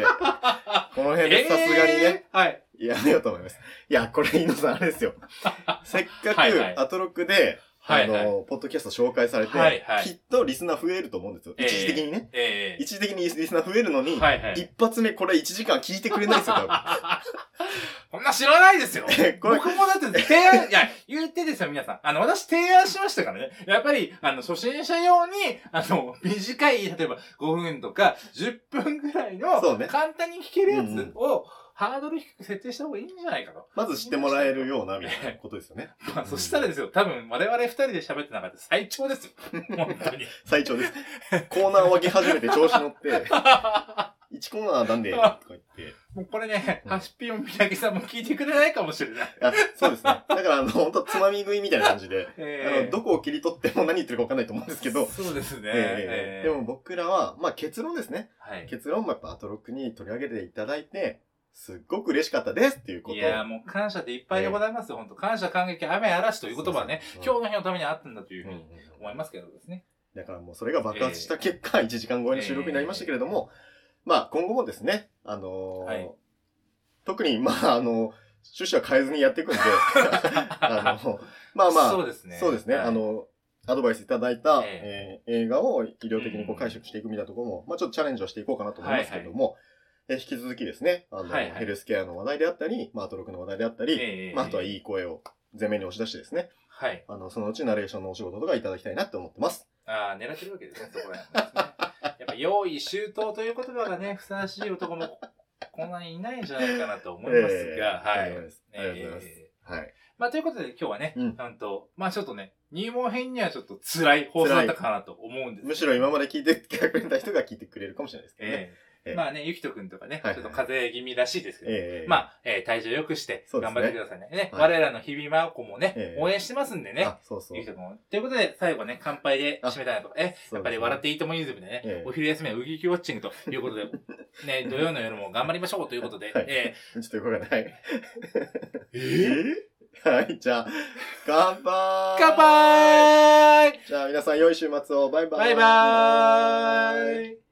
B: の辺
C: え
B: で
C: ー
B: さすがにね、。
C: はい。
B: やめようと思います。いや、これ、井野さん、あれですよ。せっか
C: はいはい
B: く、アトロックで、
C: は
B: あ
C: い、はい。
B: の、ポッドキャスト紹介されて
C: はいは、い
B: きっとリスナー増えると思うんですよ。
C: ええ
B: 一時的にね。
C: え
B: 一時的にリスナー増えるの
C: ー
B: に、
C: はいはい。
B: 一発目これ1時間聞いてくれない
C: *laughs*
B: ですよ、多分。
C: こんな知らないですよ。
B: *laughs* えこれ
C: 僕もだって提案、いや、言ってですよ、皆さん。あの、私提案しましたからね。やっぱり、あの、初心者用に、あの、短い、例えば5分とか10分ぐらいの
B: そうね、
C: 簡単に聞けるや
B: うんう
C: つ
B: ん
C: を、ハードル低く設定した方がいいんじゃないかと。
B: まず知ってもらえるような、みたいなことですよ
C: *laughs*
B: ね。
C: まあ、そしたらですよ、多分我々二人で喋ってなかったら最長ですよ。本当に。
B: 最長です。コーナーを分け始めて調子乗
C: *laughs*
B: って、1コーナーなんで、とか言って。
C: もうこれね、
B: うん
C: ハシピオン三宅さんも聞いてくれないかもしれない。
B: あそうですね。だから、あの、本当つまみ食いみたいな感じで、あ
C: え
B: の、どこを切り取っても何言ってるか分かんないと思うんですけど、
C: そうですね。
B: ええ
C: え
B: でも、僕らは、まあ結論ですね。
C: はい。
B: 結論もやっぱアトロックに取り上げていただいて、すっごく嬉しかったですっていうことを
C: いやーもう感謝でいっぱいでございますよ、本当感謝感激、雨嵐という言葉はね、
B: そう
C: 今
B: そう
C: 日の日のためにあったんだというふ
B: う
C: うん
B: う
C: に
B: ん
C: 思いますけどですね。
B: だからもうそれが爆発した結果、1時間超えの収録になりましたけれども、まあ今後もですね、あのー
C: はい
B: 特に、まああの趣旨は変えずにやっていくん
C: *laughs*
B: で、あの、まあまあ、
C: そうですね。
B: そうですね。
C: はい
B: あ、の、アドバイスいただいた、
C: え
B: えー映画を医療的にこう
C: う
B: ん解釈していくみたいなところも、まあちょっとチャレンジをしていこうかなと思いますけれども、えー引き続きですね、あの、
C: はいはい
B: ヘルスケアの話題であったり、まあアトロクの話題であったり、
C: ええ
B: まああとはいい声を前面に押し出してですね、
C: はい。
B: あの、そのうちナレーションのお仕事とかいただきたいなって思ってます。
C: ああ、狙ってるわけですね、そこら辺ですね。やっぱ、用意周到という言葉がね、ふさわしい男もこんなにいないんじゃないかなと思いま
B: ええ
C: すが、はい。
B: ありがとうございますありがとうございます
C: ええ
B: はい。
C: まあ、ということで今日はね、
B: うん
C: なんと、まあちょっとね、入門編にはちょっと辛い放送だったかなと思うんですけど
B: むしろ今まで聞いてくれた人が聞いてくれるかもしれないですけどね。
C: ええ
B: ええ
C: まあね、ゆきとくんとかね、ちょ
B: は
C: っ
B: いはい
C: と風邪気味らしいですけど、
B: ええ
C: ま、あ、えー体調良くして、
B: そうです
C: 頑
B: ね
C: 張ってくださいね。ね、
B: はい
C: 我らの日々真央子もね、
B: ええ
C: 応援してますんでね。
B: あ、そうそう
C: ゆき。とくんもということで、最後ね、乾杯で締めたいなと。え、やっぱり笑っていいともユーズムでね、
B: ええ
C: お昼休みはウギキウォッチングということで、
B: *laughs*
C: ね、土曜の夜も頑張りましょうということで、
B: はい
C: え
B: ちょっとよくわかんない。
C: ー
B: え *laughs* はい、じゃあ、乾杯
C: 乾杯
B: じゃあ皆さん、良い週末を。バイバーイ
C: バイバーイ